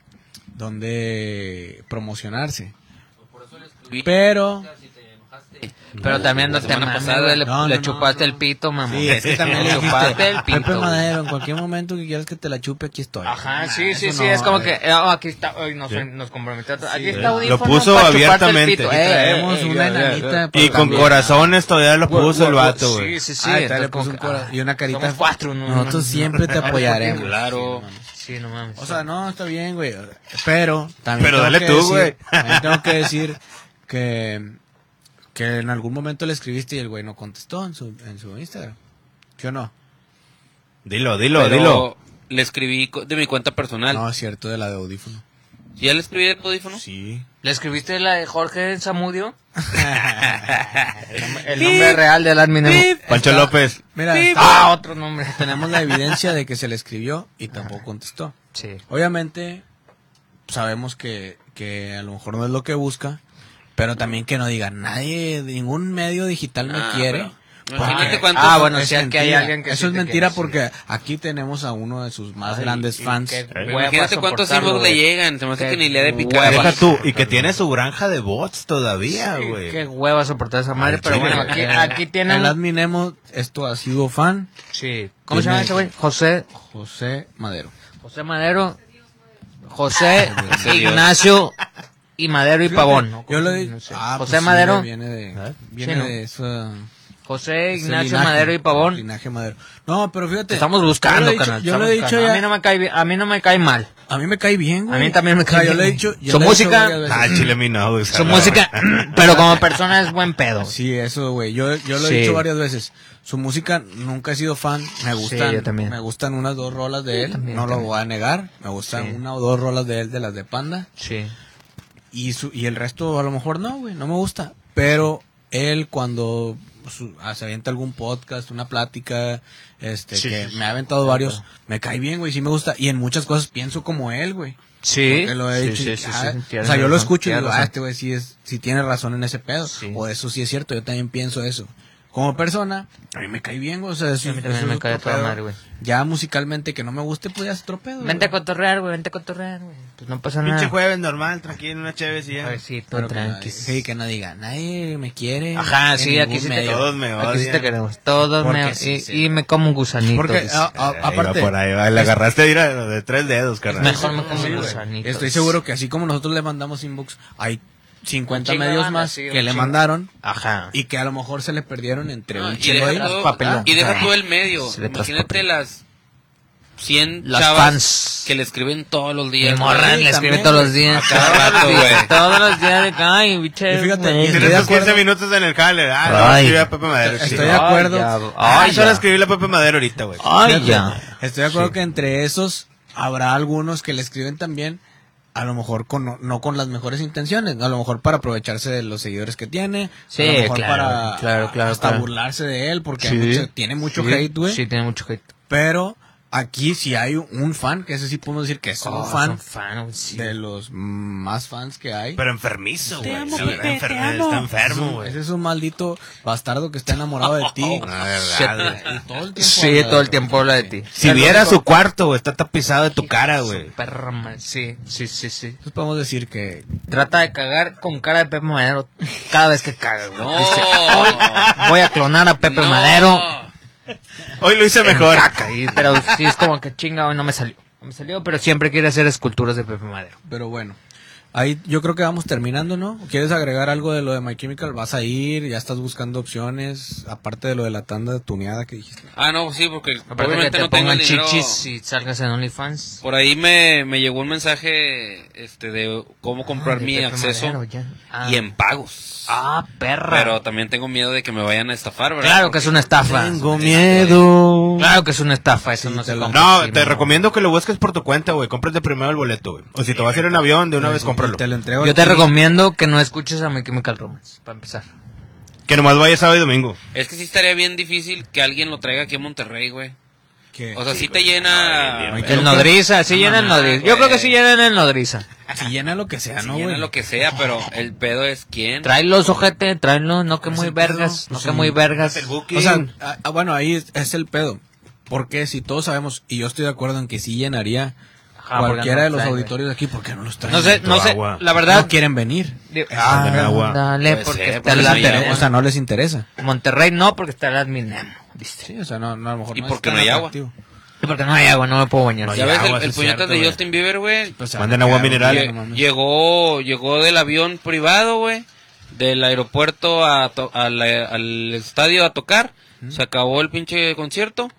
donde promocionarse. Pero... Pero también no La te semana mames, pasada. güey, le, No, no, le no, chupaste no. el pito, mamón. Sí, es que también le le chupaste dijiste, el pito. Pepe güey. Madero, en cualquier momento que quieras que te la chupe, aquí estoy. Ajá, Nah, sí, sí, eso sí, no, es como eh. que eh, oh, aquí está, ay, nos, Sí. nos comprometió. a to- Aquí está Lo un iPhone puso para chuparte el abiertamente. pito. Y Eh, eh, Traemos eh, una ya, ya, enanita ya. para Y con también. corazones todavía lo Guau, puso guau, el guau. vato, güey. Sí, sí, sí. Ah, entonces está, le puso como un que, cora- ah, y una carita. Somos cuatro, no, no, Nosotros no. siempre te apoyaremos. Claro. Sí, no mames. O sea, no, está bien, güey. Pero también. Pero tengo dale que tú, decir- güey. también tengo que decir que, que en algún momento le escribiste y el güey no contestó en su, en su Instagram. ¿Sí o no? Dilo, dilo, Pero dilo. Le escribí co- de mi cuenta personal. No, es cierto, de la de audífono. ¿Ya le escribí el audífono? Sí. ¿Le escribiste la de Jorge Zamudio? El nombre real del admin. Pancho López. Mira, está- Ah, otro nombre. tenemos la evidencia de que se le escribió y tampoco contestó. Sí. Obviamente, sabemos que, que a lo mejor no es lo que busca, pero también que no diga nadie, ningún medio digital me Ah, quiere. pero porque- imagínate cuántos- Ah, bueno, es sí, aquí hay mentira. alguien que Eso sí es te mentira quiere, porque aquí tenemos a uno de sus más Ay, grandes y fans. qué Eh, hueva Imagínate cuántos soportarlo, hijos le güey. llegan. Se me hace Qué que ni le ha de picar. hueva. Deja tú, y que Perdón. tiene su granja de bots todavía, Sí, güey. Qué hueva soportar esa madre, Al pero chile, bueno, güey. aquí, aquí tienen... El adminemo, esto ha sido fan, Sí. ¿Cómo se Tiene- llama ese güey? José, José Madero. José Madero, José, José Dios. Ignacio y Madero y Pavón. ¿no? Yo lo di- No sé. Ah, José pues sí, Madero, Viene de, viene Sí, ¿no? de esa- José, ese Ignacio, linaje, Madero y Pavón. Linaje Madero. No, pero fíjate. Te estamos yo lo he buscando, dicho- canal. Yo lo he dicho A ya. mí no me cae, bien- a mí no me cae mal. A mí me cae bien, güey. A mí también me O sea, cae yo bien, le he güey. dicho- yo Su le he dicho música- varias veces. Ah, chile, mi no, güey. Su música, pero como persona es buen pedo. Sí, eso, güey. Yo, yo lo Sí. he dicho varias veces. Su música nunca he sido fan. Me gustan, yo también. me gustan unas dos rolas de él. también, no también. lo voy a negar. Me gustan Sí. una o dos rolas de él de las de Panda. Sí. Y, su, y el resto a lo mejor no, güey. No me gusta. Pero él cuando su- ah, se avienta algún podcast, una plática, este, Sí. que me ha aventado varios, me cae bien, güey. Sí me gusta. Y en muchas cosas pienso como él, güey. Sí. Porque lo he Sí, dicho. y, sí, sí, ah, sí, o tienes sea, yo lo razón, escucho y tienes digo, razón. ah, este güey sí, es, sí tiene razón en ese pedo. Sí. O eso sí es cierto, yo también pienso eso. Como persona, a mí me cae bien, güey. O sea, Sí, a mí eso- también eso me es cae otro toda pedo. madre, güey. Ya musicalmente que no me guste, pues ya es otro pedo. Vente a güey. cotorrear, güey, vente a cotorrear, güey. Pues no pasa Pinche Ah. nada. jueves normal, tranquilo, una chévere y ya. Suavecito, Pero que tranqui. nadie- sí, que no diga, nadie me quiere. Ajá, en sí, ningún aquí sí, te, medio". Todos me aquí sí odian. te queremos. Todos Porque me sí, y, sí. y me como un gusanito. Porque, ah, dice. a- a- Ah, Ahí va aparte, por ahí va, Le agarraste mira, de, tres dedos, carnal. mejor me como Sí, un güey. gusanito. estoy seguro que así como nosotros le mandamos inbox, hay 50 Un chingo de medios banda, más sí, un que le chingo. mandaron Ajá. y que a lo mejor se le perdieron entre No, un Ah, y, chelo deja y- todo, ah, papelotas. y deja todo el medio. Las letras Imagínate papelotas. las 100 Las chavas fans. que le escriben todos los Y días. morran, güey. le escribe también, todos güey. los días. A cada rato, güey. Todos los días de que, ay, biche. Y fíjate, güey. estoy Tienes de tus 15 acuerdo. minutos en el jale. Ah, no, Ay. escribí a Pepe Madero. Estoy sí. de acuerdo. Ay, Ah, yo ya. le escribí a Pepe Madero ahorita, güey. Ay, Fíjate, ya. Estoy de acuerdo que entre esos habrá algunos que le escriben también, a lo mejor con, no, no con las mejores intenciones, a lo mejor para aprovecharse de los seguidores que tiene, Sí, a lo mejor claro, para claro, claro, hasta claro. burlarse de él, porque Sí. hay mucho- tiene mucho Sí, hate, güey. Sí, tiene mucho hate. Pero aquí si hay un fan, que ese sí podemos decir que es Oh, un fan son fan, güey, sí. de los más fans que hay. Pero enfermizo, güey. amo, La verdad, Pepe, enfer- te amo. Está enfermo, güey. Ese es un maldito bastardo que está enamorado de ti. La verdad, güey. Todo el tiempo habla Sí, de todo el ti. tiempo habla de ti. Si viera su cuarto, güey, está tapizado de tu cara, güey. Perra, madre. Sí, sí, sí, sí. Entonces podemos decir que Trata de cagar con cara de Pepe Madero cada vez que caga, güey. No. Dice, "Hoy voy a clonar a Pepe No. Madero. Hoy lo hice mejor. Caca, y- pero sí es como que chinga, hoy no me salió. No me salió, pero siempre quiere hacer esculturas de Pepe Madero. Pero bueno, ahí yo creo que vamos terminando, ¿no? ¿Quieres agregar algo de lo de My Chemical? ¿Vas a ir? ¿Ya estás buscando opciones? Aparte de lo de la tanda tuneada que dijiste. Ah, no, sí, porque Aparte que obviamente te no tengo pongan el dinero. chichis y salgas en OnlyFans. Por ahí me, me llegó un mensaje este de cómo comprar Ah, de mi Pepe acceso Madero, ya. Ah. y en pagos. Ah, perra. Pero también tengo miedo de que me vayan a estafar, ¿verdad? claro que es una estafa. miedo. Claro que es una estafa, eso Sí, no te se lo- compra No, así, te mamá. recomiendo que lo busques por tu cuenta, güey. Cómprate primero el boleto, güey. O si te vas a ir en avión, de una vez cómpralo. Te lo entrego. Yo te aquí. recomiendo que no escuches a My Chemical Romance, para empezar. Que nomás vaya sábado y domingo. Es que sí estaría bien difícil que alguien lo traiga aquí a Monterrey, güey. Que O sea, sí te llena... Ay, El nodriza, sí llena el nodriza. Yo creo que sí llena en el nodriza. si llena lo que sea, Sí, ¿no, llena güey? lo que sea, pero el pedo es quién. Tráelos, ojete, tráelos, no que muy el vergas, pedo, no pues que sí. muy vergas. O sea, ah, ah, bueno, ahí es, es el pedo. Porque si todos sabemos, y yo estoy de acuerdo en que sí llenaría Ajá, porque cualquiera no de los traen, auditorios de aquí, ¿por qué no los traen? No sé, no sé, agua. la verdad. No quieren venir. digo, Ah, ah, agua. Dale, Puede porque ser, está porque el No no les hay admin. interesa, o sea, no les interesa. Monterrey no, porque está el admin Nemo, ¿viste? Sí, o sea, no, no, a lo mejor ¿Y no por es qué no tan hay agua? atractivo. Y Porque no hay agua, no me puedo bañar. No, Ya Oye, ves, el, aguas, el es puñetas cierto, de güey. Justin Bieber, güey. Pues, se Manden van a agua quedar, mineral. güey, lle- no mames. llegó, llegó del avión privado, güey. Del aeropuerto a to- a la- al estadio a tocar. Se acabó el pinche concierto.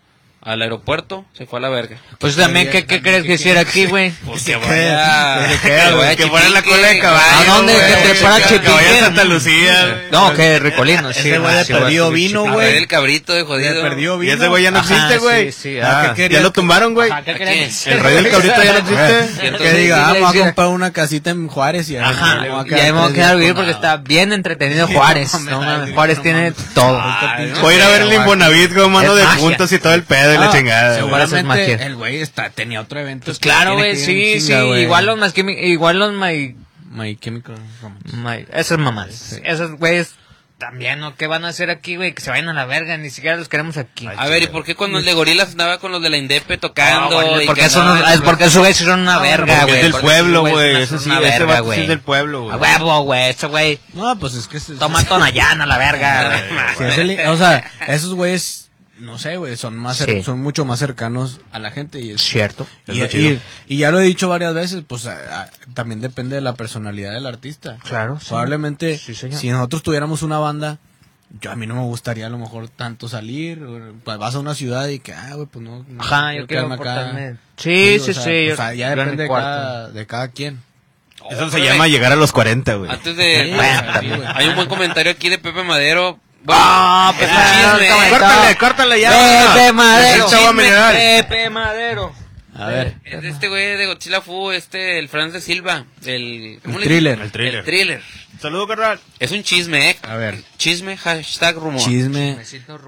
Al aeropuerto se fue a la verga. Pues también, ¿qué, qué crees que hiciera aquí, güey? Pues que vaya- vaya. que vaya que chiquique, fuera la cola de ¿A caballo. dónde? Ah, güey. Que te fuera Que- chiquique. que vaya- Vaya a Santa Lucía. No, que Ricolino, sí. Ese güey no, de sí, güey, perdido sí, vino, sí. A güey. ver el cabrito de Ya jodido. perdió Y vino. ese güey ya no Ajá, existe, güey. sí, sí, Ah, ah. ¿Qué ya querías? lo tumbaron, güey. Ajá, ¿qué ¿A crees? quién? El rey del cabrito ya no existe. Que Entonces, diga, sí, ah, le me voy a decía- comprar una casita en Juárez y ahí Ajá, me voy a y ahí tres me voy a días quedar a vivir con porque nada. está bien entretenido Juárez. No mames, Juárez tiene todo. Este Voy a ir a ver el Limbonavit con mano Es de magia. puntos y todo el pedo y la Ah, chingada. güey. Juárez es Seguramente magia. el güey está- tenía otro evento. Pues que claro, tiene güey, que ir sí, en sí. chinga, güey. Igual los más que igual los my, My Chemical Romance. my- esas mamadas. Esos güeyes también, ¿no? ¿Qué van a hacer aquí, güey? Que se vayan a la verga, ni siquiera los queremos aquí. A ver, ¿y por qué cuando el de gorilas andaba con los de la Indepe tocando? No, güey, y porque que eso no, no- es porque esos güeyes son una verga, Porque güey. es del Porque esos pueblo, güeyes güey. son Ese sí, una ese verga, vato sí es güey. del pueblo, A Ah, güey. huevo, güey. Ese güey No, pues es que... se- toma Tonayán a la verga, güey. si es el- o sea, esos güeyes, no sé, güey, son, más cer- Sí. son mucho más cercanos a la gente y es, Cierto. Y, y- y ya lo he dicho varias veces, pues a- a- también depende de la personalidad del artista. Claro, sí. Probablemente, Sí, señor. si nosotros tuviéramos una banda yo a mí no me gustaría a lo mejor tanto salir. o- pues, vas a una ciudad y que, ah, güey, pues no. no, Ajá, yo quiero quedarme acá. portarme- Sí, o sí, sea, sí. yo- o sea, ya yo en mi depende de cuarto. cada, de cada quien. Eso se Órale. llama llegar a los 40, güey. Antes Sí, de. o sea, sí, güey. hay un buen comentario aquí de Pepe Madero. Bueno, Ah, es pues, un ah, chisme. ¿eh? no, no, Córtale, córtale ya. Pepe Madero. El chavo mineral. Pepe Madero. A ver. Es de este güey de Godzilla Fu, este, el Franz de Silva. El, ¿cómo El le- thriller. El El thriller. thriller. Saludos, carnal. Es un chisme, ¿eh? A ver. Chisme, hashtag rumor. Chisme.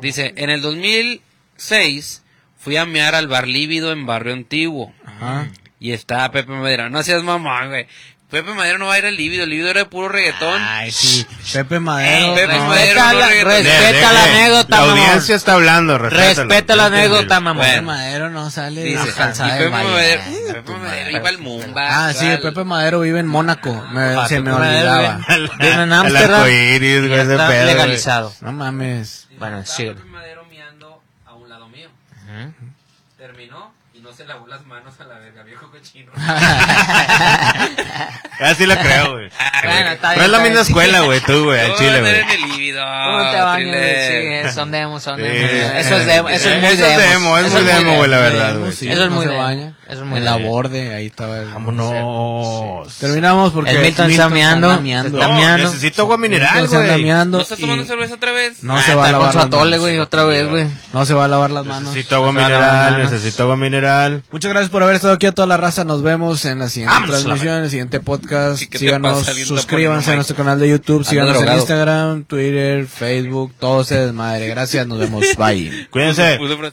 Dice, en el 2006 fui a mear al bar lívido en Barrio Antiguo. Ajá. Y está Pepe Madero. No seas mamón, güey. Pepe Madero no va a ir al lívido. El lívido era de puro reggaetón. Ay, sí. Pepe Madero. Ey, Pepe no. Madero. Eh, Respeta la- no, respeta la Eh, eh, eh. anécdota, La mamón. audiencia está hablando. respétalo. Respeta la Ya entendieron. anécdota, Pepe mamón. Madero no sale de Dice, "Ah, la calzada y de Pepe baile. Madero, Ay, Pepe tu Madero madre. iba al Mumba. Ah, sí, Pepe Madero vive en Mónaco. Me- Ah, se me Pepe Madero olvidaba. vive- Viene en El Ámsterdam arcoíris, y güey, ese está pedo, güey. legalizado. No mames. Bueno, sí. Pepe Madero meando a un lado mío. Terminó y no se lavó las manos a la verga, viejo cochino. Ah, sí la creo, güey. Bueno, está bien, Pero es la está misma bien. escuela, güey, tú, güey, al Yo chile, andar güey. en el líbido. ¿Cómo te bañas? thriller. Sí, eh. son demos, son Sí. demos. Eso es demo, eso es muy Eso es demo. demo, es muy demo, güey, la verdad, güey. Sí, Eso es muy se de- baña. eso es muy En la de- borde, ahí estaba. el- Vámonos. Terminamos porque. El Milton está meando, anda está Milton No, Damiano. necesito agua mineral, se anda güey. meando ¿No estás y tomando cerveza otra vez? No se va a lavar Ah, con su las atole, manos. güey, otra vez, güey. No se va a lavar las manos. Necesito agua No se va a lavar las mineral, manos. necesito agua mineral. Muchas gracias por haber estado aquí a toda la raza. Nos vemos en la siguiente Vámonos a la transmisión, en el siguiente podcast. Sí, ¿qué te Síganos, pasa? Alguien está suscríbanse poniendo a nuestro canal de YouTube, síganos en drogado. Instagram, Twitter, Facebook, todo se desmadre. Gracias, nos vemos. Bye. Cuídense. Puse fres-